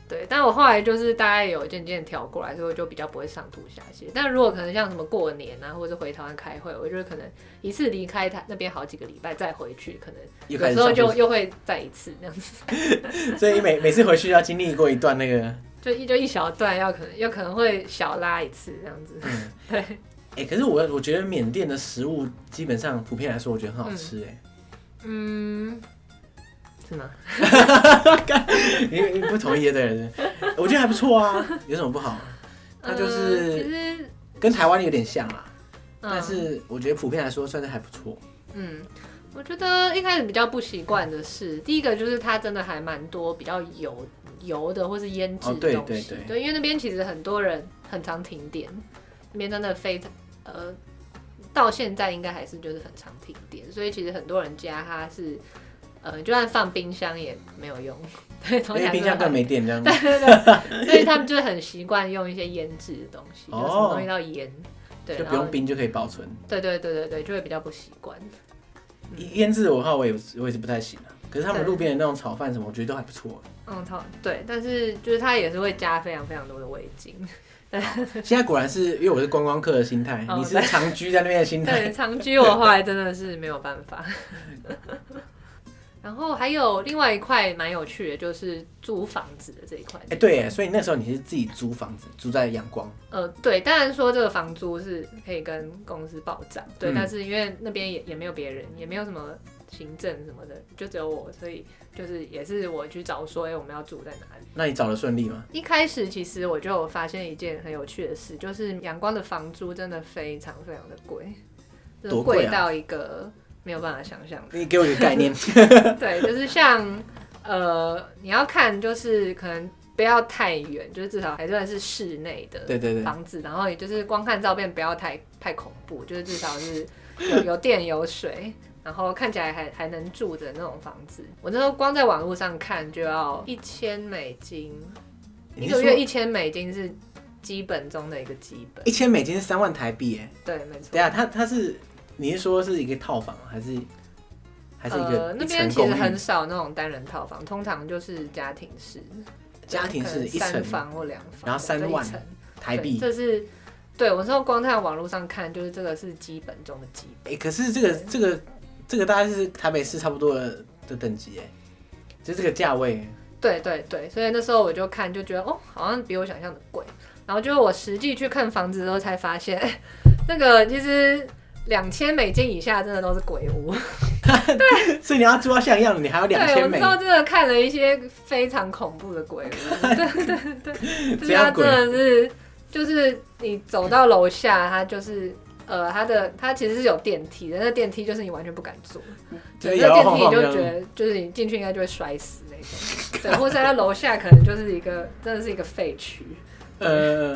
S2: 对，但我后来就是大概有渐渐调过来，所以我就比较不会上吐下泻。但如果可能像什么过年啊，或者回台湾开会，我就是可能一次离开台那边好几个礼拜再回去，可能
S1: 又
S2: 有
S1: 开始
S2: 时候
S1: 上
S2: 就
S1: 厕
S2: 又会再一次这样子，
S1: 所所以每每次回去要经历过一段那个，
S2: 就一就一小段要可能有可能会小拉一次这样子。
S1: 嗯，
S2: 对。
S1: 哎、可是我我觉得缅甸的食物基本上普遍来说，我觉得很好吃哎、
S2: 嗯，是吗？
S1: 你你不同意的人，我觉得还不错啊，有什么不好？它就
S2: 嗯其
S1: 是
S2: 实，
S1: 跟台湾有点像啊啦，
S2: 嗯
S1: 但是我觉得普遍来说算是还不错。
S2: 嗯，我觉得一开始比较不习惯的是，第一个就是它真的还蛮多比较油油的或是腌制
S1: 哦
S2: 的
S1: 对
S2: 东
S1: 对
S2: 西，
S1: 对
S2: 因为那边其实很多人很常停电，那边真的非常呃到现在应该还是就是很常停电，所以其实很多人家它是，呃，就算放冰箱也没有用， 对，
S1: 因
S2: 从
S1: 为
S2: 小
S1: 冰箱
S2: 就
S1: 更
S2: 很
S1: 没电这样。
S2: 所以他们就很习惯用一些腌制的东西，
S1: 哦
S2: 有什么东西要腌，对，
S1: 就
S2: 然
S1: 不
S2: 后
S1: 用冰就可以保存。
S2: 对对对对对，就会比较不习惯。
S1: 腌制我的话，我也我也是不太行啊。可是他们
S2: 嗯对
S1: 路边的那种炒饭什么，我觉得都还不错。
S2: 嗯，它对，但是就是它也是会加非常非常多的味 精，
S1: 现在果然是因为我是观光客的心态，
S2: 哦
S1: 你是长居在那边的心态。
S2: 对，长居我后来真的是没有办 法。然后还有另外一块蛮有趣的，就是租房子的这一块。
S1: 哎，对耶，所以那时候你是自己租房子，住在阳光。
S2: 呃，对，当然说这个房租是可以跟公司报账，对，
S1: 嗯
S2: 但是因为那边也也没有别人，也没有什么行政什么的，就只有我，所以就是也是我去找说，哎、我们要住在哪里。
S1: 那你找的顺利吗？
S2: 一开始其实我就有发现一件很有趣的事，就是阳光的房租真的非常非常的贵，真的
S1: 多贵啊
S2: 到一个没有办法想象的
S1: 你给我一个概念。
S2: 对，就是像呃，你要看就是可能不要太远，就是至少还算是室内的
S1: 对对对，
S2: 房子，然后也就是光看照片不要太太恐怖，就是至少是有有电有水。然后看起来还还能住的那种房子，我那时候光在网络上看就要一千美金，一
S1: 你是
S2: 个月
S1: 说
S2: 一千美金是基本中的一个基本，
S1: 一千美金是三万台币耶？
S2: 对，没错
S1: 等一。下，它它是你是说是一个套房吗还是还是一个
S2: 呃，那
S1: 一
S2: 边
S1: 层
S2: 其
S1: 公
S2: 实
S1: 寓？
S2: 很少那种单人套房，通常就是家庭式。
S1: 家庭式一
S2: 三
S1: 层
S2: 房或两房，
S1: 然后三
S2: 对
S1: 万
S2: 一层
S1: 台
S2: 对
S1: 币。
S2: 这是对我那时候光在网络上看，就是这个是基本中的基本。
S1: 哎、可是这个这个这个大概是台北市差不多的的等级哎，就这个价位。
S2: 对对对，所以那时候我就看，就觉得哦，好像比我想象的贵。然后就我实际去看房子的时候，才发现 那个其实两千美金以下真的都是鬼屋。
S1: 所以你要住到像样的，你还要两
S2: 对，我
S1: 千
S2: 那
S1: 美
S2: 时，候真的看了一些非常恐怖的鬼屋。 就是
S1: 这
S2: 它
S1: 样
S2: 真
S1: 滚。
S2: 的是，就是你走到楼下，它就是呃，它的它其实是有电梯的，那电梯就是你完全不敢坐，
S1: 就是
S2: 那
S1: 摇摇
S2: 电梯
S1: 晃
S2: 你
S1: 晃
S2: 就觉得就是你进去应该就会摔死那 种，对，或者在它楼下可能就是一个真的是一个废墟，
S1: 呃，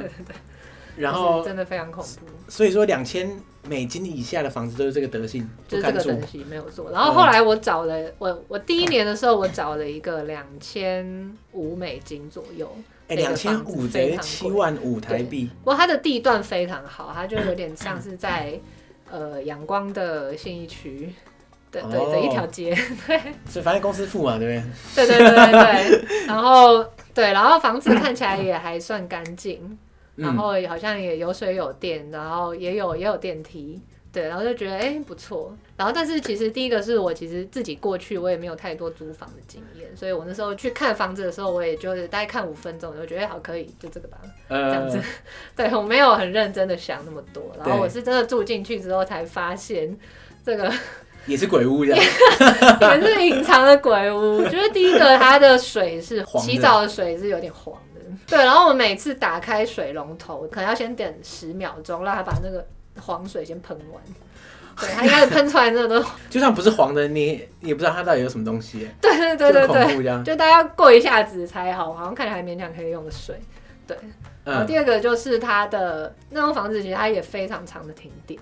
S1: 然
S2: 就是
S1: 后
S2: 真的非常恐怖。
S1: 所以说两千美金以下的房子都是这个德性，
S2: 就
S1: 不敢
S2: 是这
S1: 嗯
S2: 个
S1: 住
S2: 等。级没有做，然后后来我找了我我第一年的时候，我找了一个两千五美金左右，
S1: 哎，
S2: 这
S1: 两
S2: 个
S1: 千
S2: 房子
S1: 五
S2: 非
S1: 等于
S2: 常
S1: 七
S2: 贵
S1: 万五台币，
S2: 不过它的地段非常好，它就有点像是在呃阳光的信义区，对对
S1: 哦
S2: 的一条街，
S1: 所以反正公司付嘛，对不
S2: 对对对对对。然后对，然后房子看起来也还算干净，
S1: 对？
S2: 然
S1: 嗯，
S2: 后好像也有水有电，然后也有也有电梯。对，然后就觉得哎、不错，然后但是其实第一个是我其实自己过去我也没有太多租房的经验，所以我那时候去看房子的时候，我也就是大概看五分钟，我就觉得哎好可以，就这个吧。这样子
S1: 呃，
S2: 对我没有很认真的想那么多，然后
S1: 对
S2: 我是真的住进去之后才发现，这个
S1: 也是鬼屋这样。
S2: 也是隐藏的鬼屋。就是第一个，它的水是
S1: 黄的
S2: 洗澡的水是有点黄的，对。然后我每次打开水龙头，可能要先等十秒钟，让它把那个黄水先喷完。对，它一开始喷出来真的都，
S1: 就算不是黄的，你也不知道它到底有什么东西，
S2: 对对
S1: 这
S2: 对
S1: 么
S2: 对
S1: 恐
S2: 对，
S1: 怖这样。
S2: 就大家过一下子才好，好像看起来还勉强可以用的水。然后
S1: 嗯，
S2: 第二个就是它的那栋房子，其实它也非常长的停电。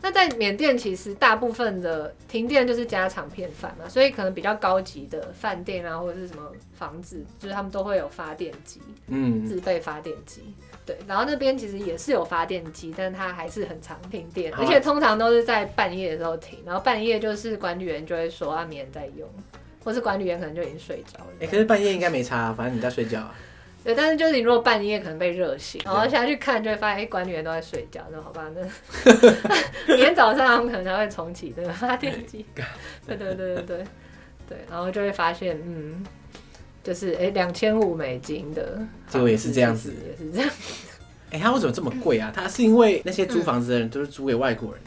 S2: 那在缅甸，其实大部分的停电就是家常便饭嘛，所以可能比较高级的饭店啊，或者是什么房子，就是他们都会有发电机，
S1: 嗯，
S2: 自备发电机。对，然后那边其实也是有发电机，但它还是很常停电，
S1: 啊
S2: 而且通常都是在半夜的时候停，然后半夜就是管理员就会说啊，明天再用，或是管理员可能就已经睡着了。
S1: 哎、可是半夜应该没差、反正你在睡觉、啊。
S2: 对，但是就是你如果半夜可能被热醒，
S1: 对
S2: 然后下去看就会发现，哎、管理员都在睡觉，那好吧，那 明天早上他们可能才会重启这个发电机。
S1: 哎
S2: 对对对对对对，然后就会发现，嗯，就是哎，两千五美金的，
S1: 结果也是这样子，
S2: 也是这样。
S1: 哎、它为什么这么贵
S2: 嗯
S1: 啊？它是因为那些租房子的人都是租给外国人，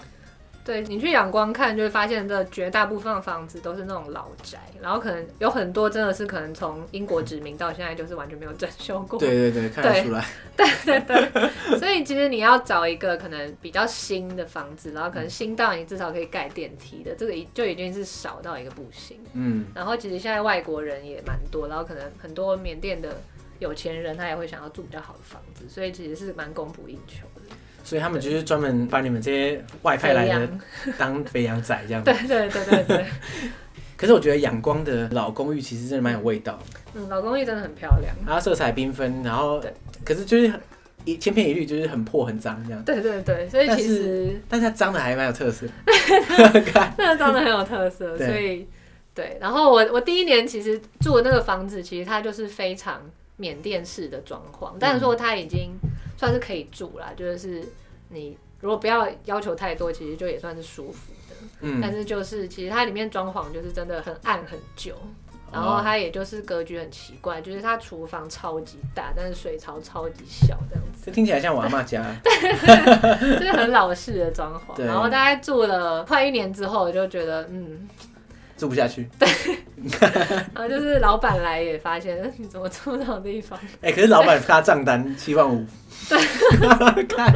S2: 对你去阳光看，就会发现这绝大部分的房子都是那种老宅，然后可能有很多真的是可能从英国殖民到现在就是完全没有整修过。
S1: 对对对，看得出来。
S2: 所以其实你要找一个可能比较新的房子，然后可能新到你至少可以盖电梯的，这个已就已经是少到一个不行。
S1: 嗯，
S2: 然后其实现在外国人也蛮多，然后可能很多缅甸的有钱人他也会想要住比较好的房子，所以其实是蛮供不应求的。
S1: 所以他们就是专门把你们这些外派来
S2: 培
S1: 的
S2: 养
S1: 当肥羊仔这样子
S2: 对。对对对对，
S1: 可是我觉得阳光的老公寓其实真的蛮有味道，
S2: 嗯，老公寓真的很漂亮。
S1: 它色彩缤纷，然后
S2: 对
S1: 可是就是很一千篇一律，就是很破很脏这样。
S2: 对对对，所以
S1: 但
S2: 其
S1: 是
S2: 实
S1: 但是它脏的还蛮有特色，
S2: 那个真的很有特色，
S1: 对
S2: 所以对。然后我我第一年其实住的那个房子，其实它就是非常缅甸式的装潢，但是说
S1: 嗯
S2: 它已经算是可以住啦，就是你如果不要要求太多，其实就也算是舒服的。但
S1: 嗯，
S2: 是就是其实它里面装潢就是真的很暗很旧，然
S1: 哦
S2: 后它也就是格局很奇怪，就是它厨房超级大，但是水槽超级小这样子。
S1: 这听起来像我阿妈 家，
S2: 就是很老式的装 潢。
S1: 对
S2: 然后大概住了快一年之后，我就觉得嗯，
S1: 住不下去。
S2: 然后就是老板来也发现， 嗯你怎么住这种地方？
S1: 哎、可是老板发账单七万五，看，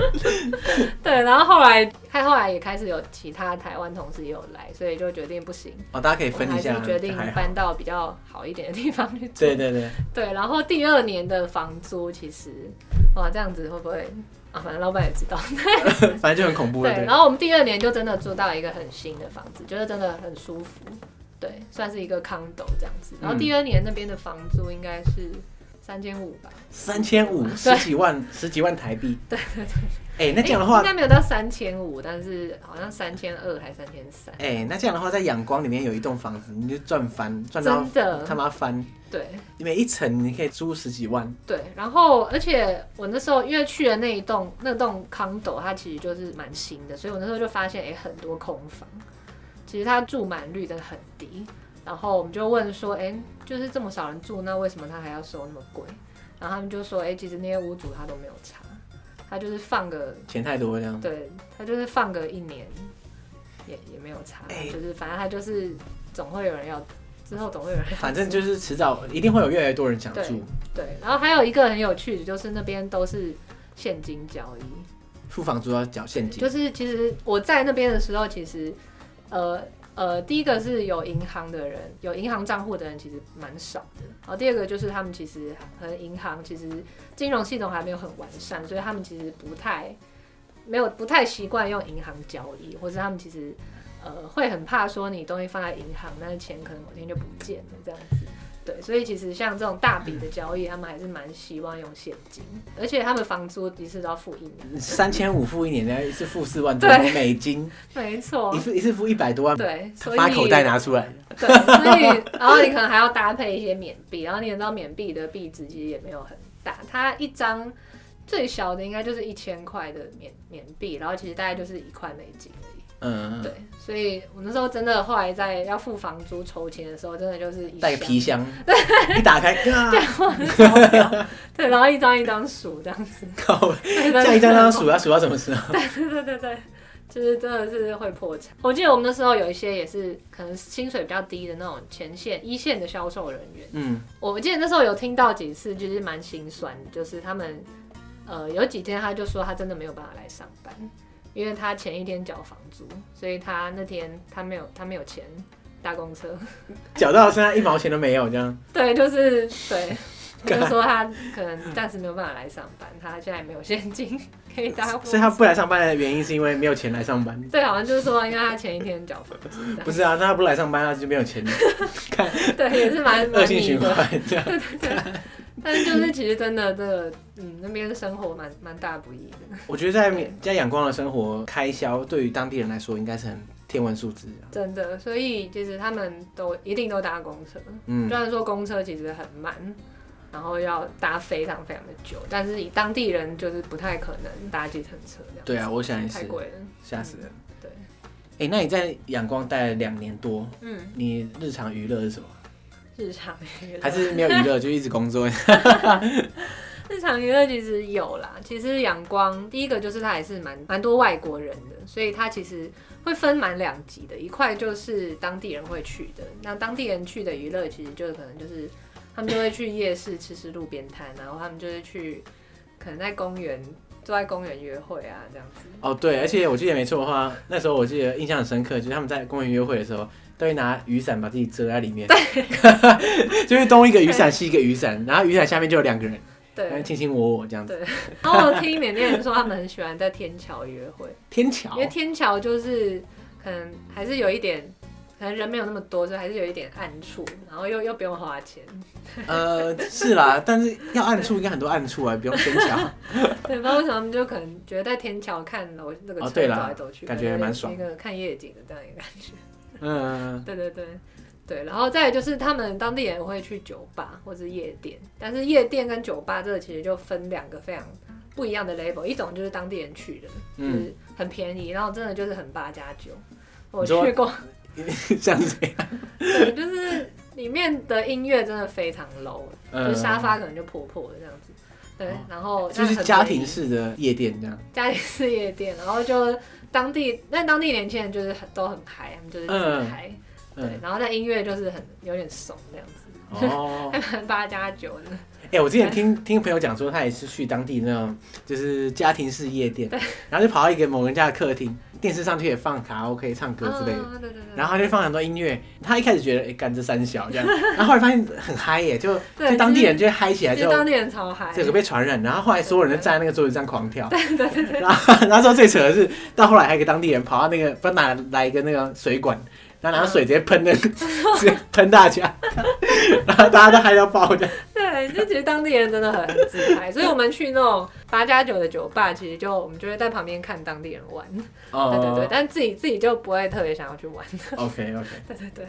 S2: 对，然后后来，他后来也开始有其他台湾同事也有来，所以就决定不行，
S1: 哦，大家可以
S2: 我们
S1: 分
S2: 还
S1: 一下，
S2: 是决定
S1: 还好。
S2: 搬到比较好一点的地方去住。
S1: 对对对，
S2: 对，然后第二年的房租其实，哇，这样子会不会？啊，反正老板也知道。
S1: 反正就很恐怖了。
S2: 对，
S1: 对，
S2: 然后我们第二年就真的住到一个很新的房子，就是真的很舒服，对，算是一个 condo 这样子。然后第二年那边的房租应该是三千五吧，
S1: 三千五十几万，十几万台币。对对对。哎、那这样的话
S2: 诶应，该没有到三千五，但是好像三千二还三千三，
S1: 哎、那这样的话，在阳光里面有一栋房子，你就赚翻，赚到
S2: 真的
S1: 他妈翻，
S2: 对
S1: 你每一层你可以租十几万。
S2: 对。然后而且我那时候因为去的那一栋那栋 condo 它其实就是蛮新的，所以我那时候就发现哎、诶很多空房，其实它住满率真的很低。然后我们就问说，哎、就是这么少人住，那为什么他还要收那么贵？然后他们就说，哎、其实那些屋主他都没有查，他就是放个，
S1: 钱太多了这样。
S2: 对他就是放个一年，也也没有查，
S1: 哎
S2: 就是反正他就是总会有人要，之后总会有人要
S1: 反正就是迟早一定会有越来越多人想住，
S2: 对。然后还有一个很有趣的，就是那边都是现金交易，
S1: 付房租要缴现金。
S2: 就是其实我在那边的时候，其实呃呃，第一个是有银行的人，有银行账户的人其实蛮少的。然后第二个就是他们其实和银行其实金融系统还没有很完善，所以他们其实不太没有不太习惯用银行交易，或是他们其实。呃，会很怕说你东西放在银行，但是钱可能某天就不见了这样子。对，所以其实像这种大笔的交易，他们还是蛮希望用现金，而且他们房租的确都要付一年。
S1: 三千五付一年，然后一次付四万多
S2: 对
S1: 美金，
S2: 没错，
S1: 一次一次付一百多万，
S2: 对，所以
S1: 把口袋拿出来。
S2: 对，所以然后你可能还要搭配一些缅币，然后你也知道缅币的币值其实也没有很大，它一张最小的应该就是一千块的缅缅币，然后其实大概就是一块美金而已。
S1: 嗯，
S2: 对，所以我那时候真的后来在要付房租筹钱的时候，真的就是一
S1: 带个
S2: 箱
S1: 皮箱，一打开，啊，
S2: 对，然后一张一张数这样子，
S1: 靠，
S2: 对
S1: 这样一张张数，要数到什么时候？
S2: 对对对对，就是真的是会破产。我记得我们那时候有一些也是可能薪水比较低的那种前线一线的销售人员，
S1: 嗯，
S2: 我记得那时候有听到几次，就是蛮心酸的，就是他们呃有几天他就说他真的没有办法来上班，因为他前一天缴房租，所以他那天他没有他没有钱搭公车，
S1: 缴到现在一毛钱都没有，这样
S2: 对，就是对。他就说他可能暂时没有办法来上班，他现在没有现金可以搭公 车，
S1: 所以他不来上班的原因是因为没有钱来上班。
S2: 对，好像就是说，因为他前一天缴房租，这样
S1: 不是啊，那他不来上班，他就没有钱，
S2: 对，也是蛮
S1: 恶
S2: 蛮
S1: 性
S2: 迷
S1: 循
S2: 的。
S1: 环这样。
S2: 但是就是其实真的，这个嗯，那边生活蛮蛮大不易的，
S1: 我觉得在在阳光的生活开销，对于当地人来说应该是很天文数字啊。
S2: 真的。所以其实他们都一定都搭公车，
S1: 嗯
S2: 虽，然说公车其实很慢，然后要搭非常非常的久，但是以当地人就是不太可能搭计程车这样，
S1: 对啊，我想也
S2: 太
S1: 是，
S2: 贵了。
S1: 吓死人。
S2: 对，
S1: 哎、那你在阳光待了两年多，
S2: 嗯，
S1: 你日常娱乐是什么？
S2: 日常娱乐
S1: 还是没有娱乐就一直工作？
S2: 日常娱乐其实有啦，其实阳光第一个就是它还是蛮蛮多外国人的，所以它其实会分蛮两级的，一块就是当地人会去的，那当地人去的娱乐其实就是可能就是他们就会去夜市吃吃路边摊，然后他们就会去可能在公园坐在公园约会啊这样子，
S1: 哦，对，而且我记得没错的话，那时候我记得印象很深刻，就是他们在公园约会的时候，都会拿雨伞把自己 遮在里面，就是东一个雨伞，西一个雨伞，然后雨伞下面就有两个人，那
S2: 对。
S1: 卿卿我我哎这样子。
S2: 对，然后我听缅甸人说，他们很喜欢在天桥约会，
S1: 天桥
S2: 因为天桥就是可能还是有一点，可能人没有那么多，所以还是有一点暗处，然后又又不用花钱，
S1: 呃是啦，但是要暗处应该很多暗处啊，不用天桥。
S2: 对，不知道为什么他们就可能觉得在天桥看楼这个
S1: 哦
S2: 车
S1: 对
S2: 走
S1: 啦
S2: 来走去，
S1: 感觉蛮爽
S2: 一个看夜景的这样一个感觉。
S1: 嗯，
S2: 对对对对，然后再来就是他们当地人会去酒吧或者夜店，但是夜店跟酒吧这个其实就分两个非常不一样的 label，一种就是当地人去的，就
S1: 嗯
S2: 是很便宜，然后真的就是很八加九。我
S1: 你说
S2: 去过，
S1: 嗯 这样子。
S2: 对，就是里面的音乐真的非常 low，就
S1: 嗯
S2: 是沙发可能就破破的这样子。对
S1: 哦，
S2: 然后
S1: 就
S2: 但
S1: 是
S2: 很
S1: 家
S2: 便宜
S1: 庭式的夜店这样。嗯
S2: 家里是夜店，然后就当地，但当地年轻人就是很都很嗨，他们就是自嗨，对
S1: 嗯，，
S2: 然后但音乐就是很有点怂这样子，
S1: 哦，
S2: 还蛮八加九的，
S1: 哎、我之前听听朋友讲说，他也是去当地那种就是家庭式夜店，然后就跑到一个某人家的客厅，电视上就也放卡拉 OK 唱歌之类的。
S2: 啊对对对，
S1: 然后他就放很多音乐，他一开始觉得哎干、这三小这样，然后后来发现很嗨耶，就
S2: 对
S1: 就当地人就嗨起来
S2: 其
S1: 之
S2: 实
S1: 后，
S2: 当地人超嗨，
S1: 整个被传染，然后后来所有人都站在那个桌子上狂跳，
S2: 对对对对
S1: 然后然后说最扯的是，到后来还有一个当地人跑到那个，不知道哪来一个那个水管，然后
S2: 嗯
S1: 拿水直接喷那个，直接喷大家， 然后大家都嗨到爆这样。
S2: 对，就其实当地人真的很很自 嗨，所以我们去那种八加九的酒吧，其实就我们就会在旁边看当地人玩，
S1: 哦
S2: 对对对，但自己自己就不会特别想要去玩。
S1: ，OK OK，
S2: 对对对，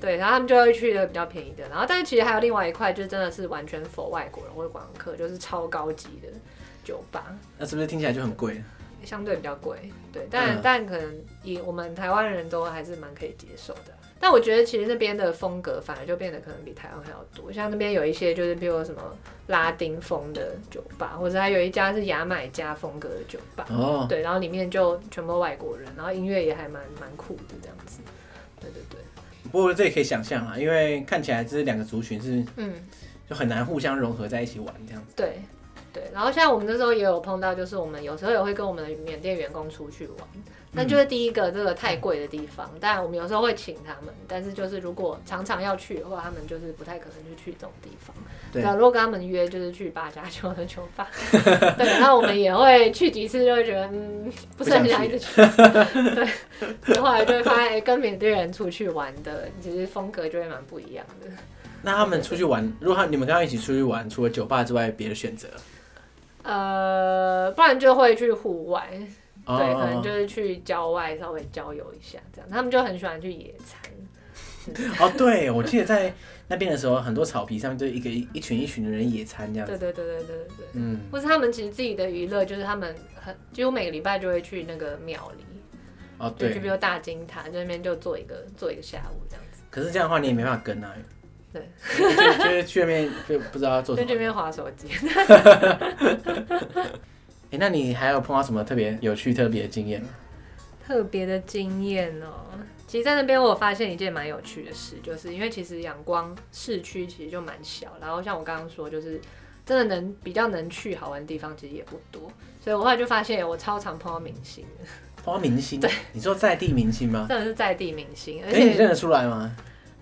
S2: 对，然后他们就会去一个比较便宜的，然后但是其实还有另外一块，就真的是完全否外国人或者观光客，就是超高级的酒吧，
S1: 那是不是听起来就很贵？
S2: 相对比较贵，对，但、
S1: 嗯
S2: 但可能以我们台湾人都还是蛮可以接受的。但我觉得其实那边的风格反而就变得可能比台湾还要多，像那边有一些就是比如什么拉丁风的酒吧，或者还有一家是牙买加风格的酒吧，
S1: 哦，
S2: 对，然后里面就全部都外国人，然后音乐也还蛮蛮酷的这样子，对对对，
S1: 不过这也可以想象啊，因为看起来这两个族群是
S2: 嗯。
S1: 就很难互相融合在一起玩这样子。
S2: 对对，然后像我们那时候也有碰到，就是我们有时候也会跟我们的缅甸员工出去玩，那就是第一个这个太贵的地方，但我们有时候会请他们，但是就是如果常常要去的话，他们就是不太可能就去这种地方。
S1: 对
S2: 啊，如果跟他们约就是去八加九的酒吧， 对，那我们也会去几次就会觉得嗯不是很想一直去， 对，后来就会发现、哎跟缅甸人出去玩的其实风格就会蛮不一样的。
S1: 那他们出去玩，如果他你们刚刚一起出去玩，除了酒吧之外，别的选择？
S2: 呃，不然就会去户外，
S1: 哦
S2: 对，可能就是去郊外稍微郊游一下这样。他们就很喜欢去野餐，
S1: 哦，对，我记得在那边的时候，很多草皮上面就一个一群一群的人野餐这样
S2: 对
S1: 子。
S2: 对对对对对对。
S1: 嗯，
S2: 或是他们其实自己的娱乐就是他们很几乎每个礼拜就会去那个庙里，
S1: 哦
S2: 就去比
S1: 对，
S2: 如大金塔在那边就做一个做一个下午这样子，
S1: 可是这样的话你也没办法跟啊。
S2: 对
S1: 就，就就是去那边就不知道要做什
S2: 就
S1: 么。
S2: 这
S1: 哎、
S2: 边划手机。
S1: 那你还有碰到什么特别有趣、特别的经验吗？
S2: 特别的经验哦。其实，在那边我有发现一件蛮有趣的事，就是因为其实仰光市区其实就蛮小，然后像我刚刚说，就是真的能比较能去好玩的地方其实也不多，所以我后来就发现我超常碰到明星的，
S1: 碰到明星？对，啊你说在地明星吗？
S2: 真的是在地明星，而
S1: 哎、你
S2: 且、
S1: 认得出来吗？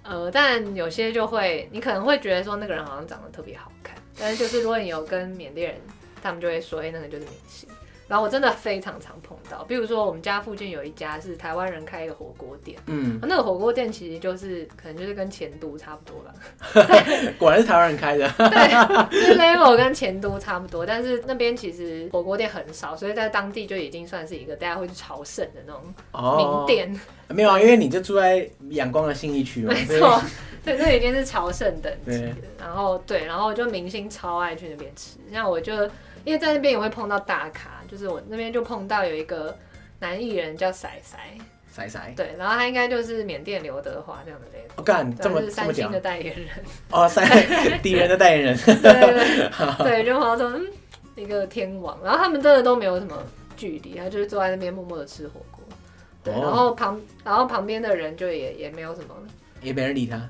S2: 呃，但有些就会你可能会觉得说那个人好像长得特别好看，但是就是如果你有跟缅甸人，他们就会说，哎、那个就是明星。然后我真的非常常碰到，比如说我们家附近有一家是台湾人开一个火锅店。哦
S1: 嗯，
S2: 那个火锅店其实就是可能就是跟前都差不多吧，
S1: 果然是台湾人开的。
S2: 对，就是 level 跟前都差不多，但是那边其实火锅店很少，所以在当地就已经算是一个大家会去朝圣的那种名店，
S1: 没有啊，因为你就住在阳光的信义区嘛。
S2: 没
S1: 所以
S2: 错，对，那已经是朝圣等级
S1: 对
S2: 了。然后对，然后就明星超爱去那边吃，像我就因为在那边也会碰到大咖，就是我那边就碰到有一个男艺人叫仔仔，
S1: 塞塞，
S2: 对，然后他应该就是缅甸刘德华这样的类
S1: 我、哦干
S2: 型，
S1: 嗯这么
S2: 啊就是
S1: 这么
S2: 三星
S1: 讲
S2: 的代言人。
S1: 哦，塞 敌人的代言人。
S2: 对对 对，对，就好像说嗯，一个天王，然后他们真的都没有什么距离，他就是坐在那边默默的吃火锅，对，
S1: 哦
S2: 然后旁然后旁边的人就也也没有什么，
S1: 也没人理他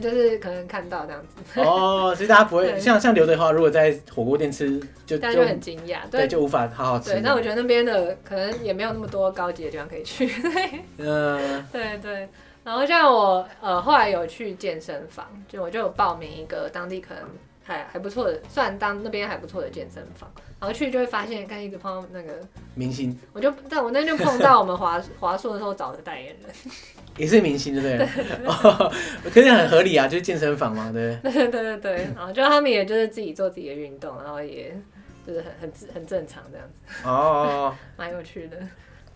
S2: 就是可能看到这样子，
S1: 哦，所以大家不会
S2: 对
S1: 像像刘德华，如果在火锅店吃，就
S2: 大家就很惊讶，
S1: 对，
S2: 对
S1: 就无法好好吃。
S2: 对，那我觉得那边的可能也没有那么多高级的地方可以去， 对
S1: 嗯，
S2: 对对。然后像我呃后来有去健身房，就我就有报名一个当地可能。还还不错的，算当那边还不错的健身房。然后去就会发现，看一直碰到那个，
S1: 明星
S2: 我就但我那天就碰到我们华华硕的时候找的代言人，
S1: 也是明星，对不对？ 哦，可是很合理啊，就是健身房嘛，对不对？
S2: 对对对对，然后就他们也就是自己做自己的运动，然后也就是很很自很正常这样子，
S1: 哦哦，哦
S2: 蛮有趣的。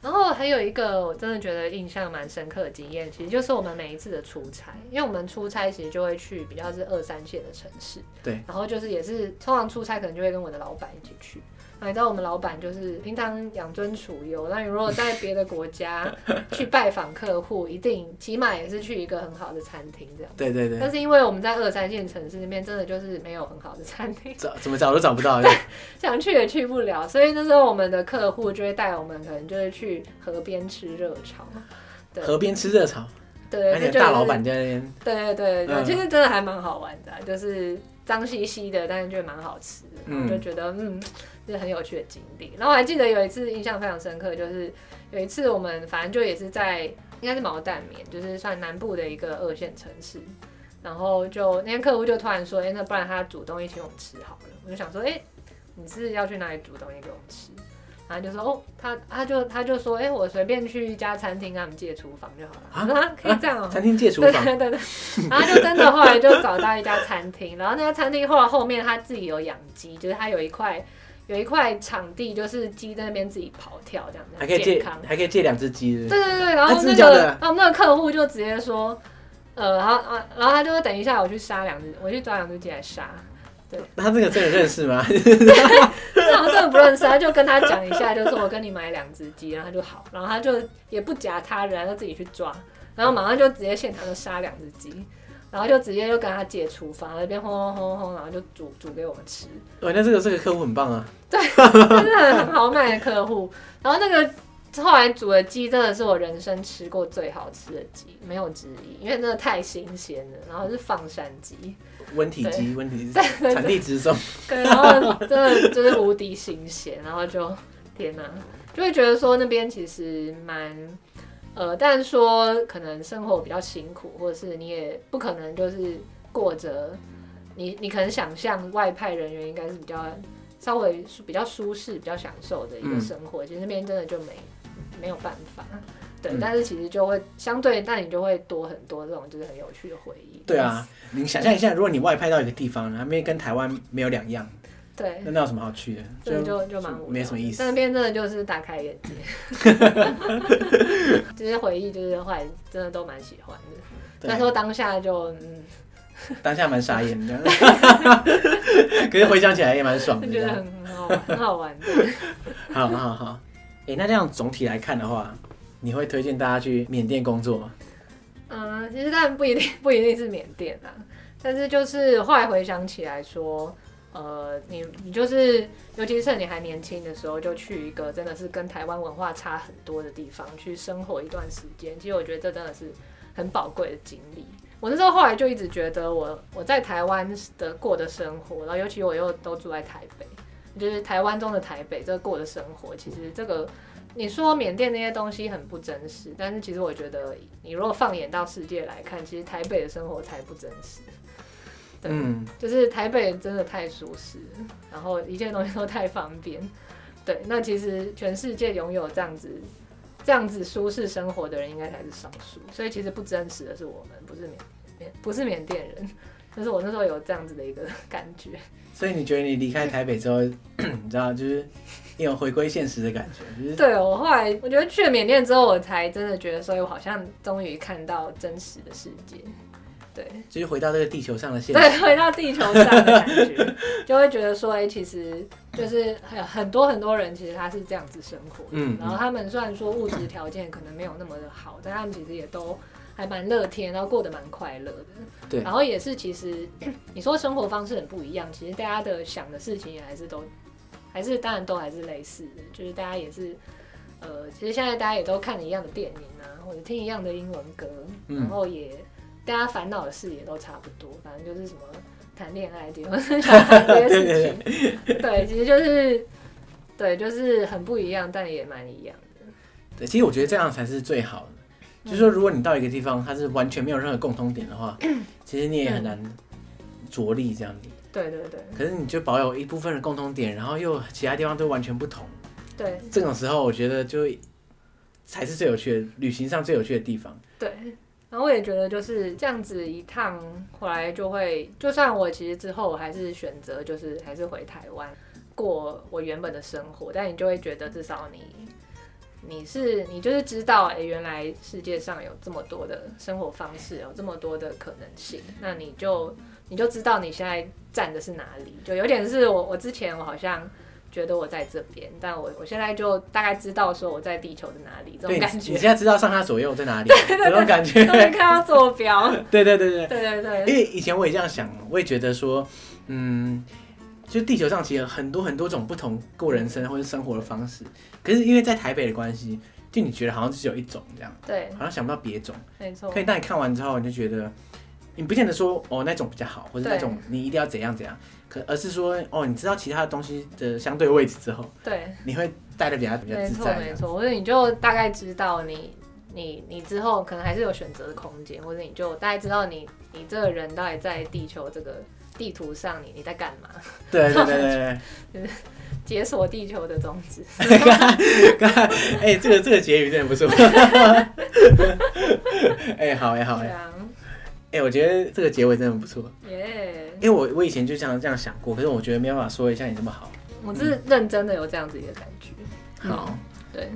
S2: 然后还有一个我真的觉得印象蛮深刻的经验，其实就是我们每一次的出差，因为我们出差其实就会去比较是二三线的城市，
S1: 对，
S2: 然后就是也是通常出差可能就会跟我的老板一起去。那你知道我们老板就是应当养尊处优，那你如果在别的国家去拜访客户，一定起码也是去一个很好的餐厅这样。
S1: 对对对，
S2: 但是因为我们在二三线城市那边真的就是没有很好的餐厅，
S1: 找怎么找都找不到，对，
S2: 想去也去不了，所以那时候我们的客户就会带我们，可能就是去河边吃热炒。对
S1: 河边吃热炒，
S2: 对，
S1: 而且
S2: 这就
S1: 大老
S2: 是
S1: 板在那边，
S2: 对对对对，
S1: 嗯
S2: 其实真的还蛮好玩的啊、就是脏兮兮的，但是就蛮好吃的，
S1: 嗯
S2: 就觉得嗯，就是很有趣的经历。然后我还记得有一次印象非常深刻，就是有一次我们反正就也是在应该是毛蛋面，就是算南部的一个二线城市。然后就那天客户就突然说：“哎、那不然他煮东西请我们吃好了。”我就想说：“哎、你是要去哪里煮东西给我们吃？”然后就说：“哦，他他就他就说：哎、我随便去一家餐厅跟他们借厨房就好了。”我说：“啊，可以这样哦、
S1: 餐厅借厨
S2: 对
S1: 房，
S2: 对对 对，然后就真的后来就找到一家餐厅，然后那家餐厅后来后面他自己有养鸡，就是他有一块有一块场地，就是鸡在那边自己跑跳这样子，
S1: 还可以
S2: 健
S1: 借，
S2: 康。
S1: 还可以借两只鸡，对不对
S2: 对对对，然
S1: 啊
S2: 后
S1: 真
S2: 那
S1: 的假
S2: 个
S1: 的
S2: 然后我们那个客户就直接说，呃，然后啊，然后他就说等一下我去杀两只，我去抓两只鸡来杀。
S1: 那他这个真的认识吗？
S2: 然后真的不认识，他就跟他讲一下，就说哦我跟你买两只鸡，然后他就好，然后他就也不夹他人，他就自己去抓，然后马上就直接现场就杀两只鸡，然后就直接就跟他借厨房，那边轰轰轰轰，然后就煮煮给我们吃，
S1: 对，那这个这个客户很棒啊，
S2: 真的很豪迈的客户。然后那个后来煮的鸡真的是我人生吃过最好吃的鸡，没有之一，因为真的太新鲜了，然后是放山鸡，
S1: 温体鸡，温体鸡，
S2: 对对
S1: 产地直送，
S2: 对，然后真的就是无敌新鲜，然后就天哪、就会觉得说那边其实蛮呃，但说可能生活比较辛苦，或者是你也不可能就是过着你你可能想象外派人员应该是比较稍微舒比较舒适、比较享受的一个
S1: 嗯
S2: 生活，其实那边真的就没没有办法。对，
S1: 嗯
S2: 但是其实就会相对，那你就会多很多这种就是很有趣的回忆。
S1: 对，啊，你想象一下，如果你外派到一个地方，然后面跟台湾没有两样，
S2: 对，
S1: 那那有什么好去的？
S2: 所以就就蛮无聊的
S1: 没什么意思
S2: 但那边真的就是大开眼界， 这些回忆就是后来真的都蛮喜欢的。
S1: 对啊
S2: 那时候当下就嗯，
S1: 当下蛮傻眼 的，可是回想起来也蛮爽的。
S2: 觉
S1: 这
S2: 得
S1: 样
S2: 很很好玩，很好玩的。
S1: 好好好，哎、那这样总体来看的话，你会推荐大家去缅甸工作吗？
S2: 嗯，其实当然不一定不一定是缅甸啦，但是就是后来回想起来说，呃，你你就是，尤其是你还年轻的时候，就去一个真的是跟台湾文化差很多的地方去生活一段时间，其实我觉得这真的是很宝贵的经历。我那时候后来就一直觉得我我在台湾的过的生活，然后尤其我又都住在台北，就是台湾中的台北这个过的生活，其实这个你说缅甸那些东西很不真实，但是其实我觉得，你如果放眼到世界来看，其实台北的生活才不真实。对，
S1: 嗯，
S2: 就是台北真的太舒适了，然后一切东西都太方便。对，那其实全世界拥有这样子这样子舒适生活的人，应该才是少数。所以其实不真实的是我们，不是缅缅不是缅甸人。 就是我那时候有这样子的一个感觉。
S1: 所以你觉得你离开台北之后， 你知道就是 你有回归现实的感觉，就是
S2: 对我后来，我觉得去了缅甸之后，我才真的觉得，所以我好像终于看到真实的世界。对
S1: 就是回到这个地球上的现实。
S2: 对，回到地球上的感觉，就会觉得说，哎、其实就是很很多很多人，其实他是这样子生活的。
S1: 嗯
S2: 然后他们虽然说物质条件可能没有那么的好，但他们其实也都还蛮乐天，然后过得蛮快乐的。
S1: 对
S2: 然后也是其实你说生活方式很不一样，其实大家的想的事情也还是都还是当然都还是类似的，就是大家也是呃，其实现在大家也都看一样的电影啊，或者听一样的英文歌，
S1: 嗯
S2: 然后也大家烦恼的事也都差不多，反正就是什么谈恋爱、结婚、生小孩 这些事情，对，其实就是对，就是很不一样，但也蛮一样的。
S1: 对，其实我觉得这样才是最好的。
S2: 嗯
S1: 就是说，如果你到一个
S2: 嗯
S1: 地方，它是完全没有任何共通点的话，其实你也很难着力这样子。
S2: 对对对
S1: 可是你就保有一部分的共通点，然后又其他地方都完全不同。
S2: 对
S1: 这种时候，我觉得就才是最有趣的，旅行上最有趣的地方。
S2: 对。然后我也觉得就是这样子一趟回来就会，就算我其实之后我还是选择就是还是回台湾过我原本的生活，但你就会觉得至少你你是你就是知道，哎，原来世界上有这么多的生活方式，有这么多的可能性，那你就你就知道你现在站的是哪里，就有点是我我之前我好像。觉得我在这边，但我我现在就大概知道说我在地球的哪里，这
S1: 对，
S2: 种
S1: 你
S2: 感觉
S1: 你现，在知道上下左右在哪 里，这种感觉
S2: 都。会看到坐标，
S1: 对对对对，
S2: 对对对，
S1: 因为以前我也这样想，我也觉得说，嗯，就地球上其实有很多很多种不同过人生或者生活的方式，可是因为在台北的关系，就你觉得好像只有一种这样，
S2: 对，哦
S1: 好像想不到别种。
S2: 没错
S1: 可，以，当你看完之后，你就觉得，你不见得说哦那种比较好，或者那种你一定要怎样怎样，可而是说哦，你知道其他的东西的相对位置之后，
S2: 对，
S1: 你会待的比较比较
S2: 没
S1: 自
S2: 错
S1: 在这啊
S2: 没
S1: 样。
S2: 错，或者你就大概知道你你你之后可能还是有选择的空间，或者你就大概知道你你这个人到底在地球这个地图上你你在干嘛，
S1: 对对对对
S2: 解锁地球的宗旨，
S1: 对，刚才哎，这个这个结语真的不错。 哎，好哎好
S2: 对
S1: 哎，
S2: 啊，
S1: 哎，我觉得这个结尾真的不错，
S2: 耶、
S1: 因为我我以前就这样这样想过，可是我觉得没办法说一下你那么好。
S2: 我是认真的有这样子一个感觉，嗯
S1: 好，
S2: 对，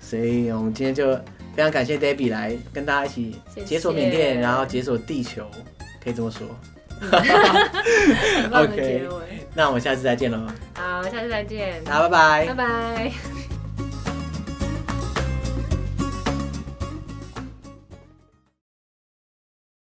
S1: 所以我们今天就非常感谢 Debbie 来跟大家一起解锁缅
S2: 谢
S1: 甸，
S2: 谢
S1: 然后解锁地球，可以这么说。
S2: 很棒的
S1: OK
S2: 结尾，
S1: 嗯那我们下次再见喽，
S2: 好，下次再见，
S1: 大家拜拜
S2: 拜。拜。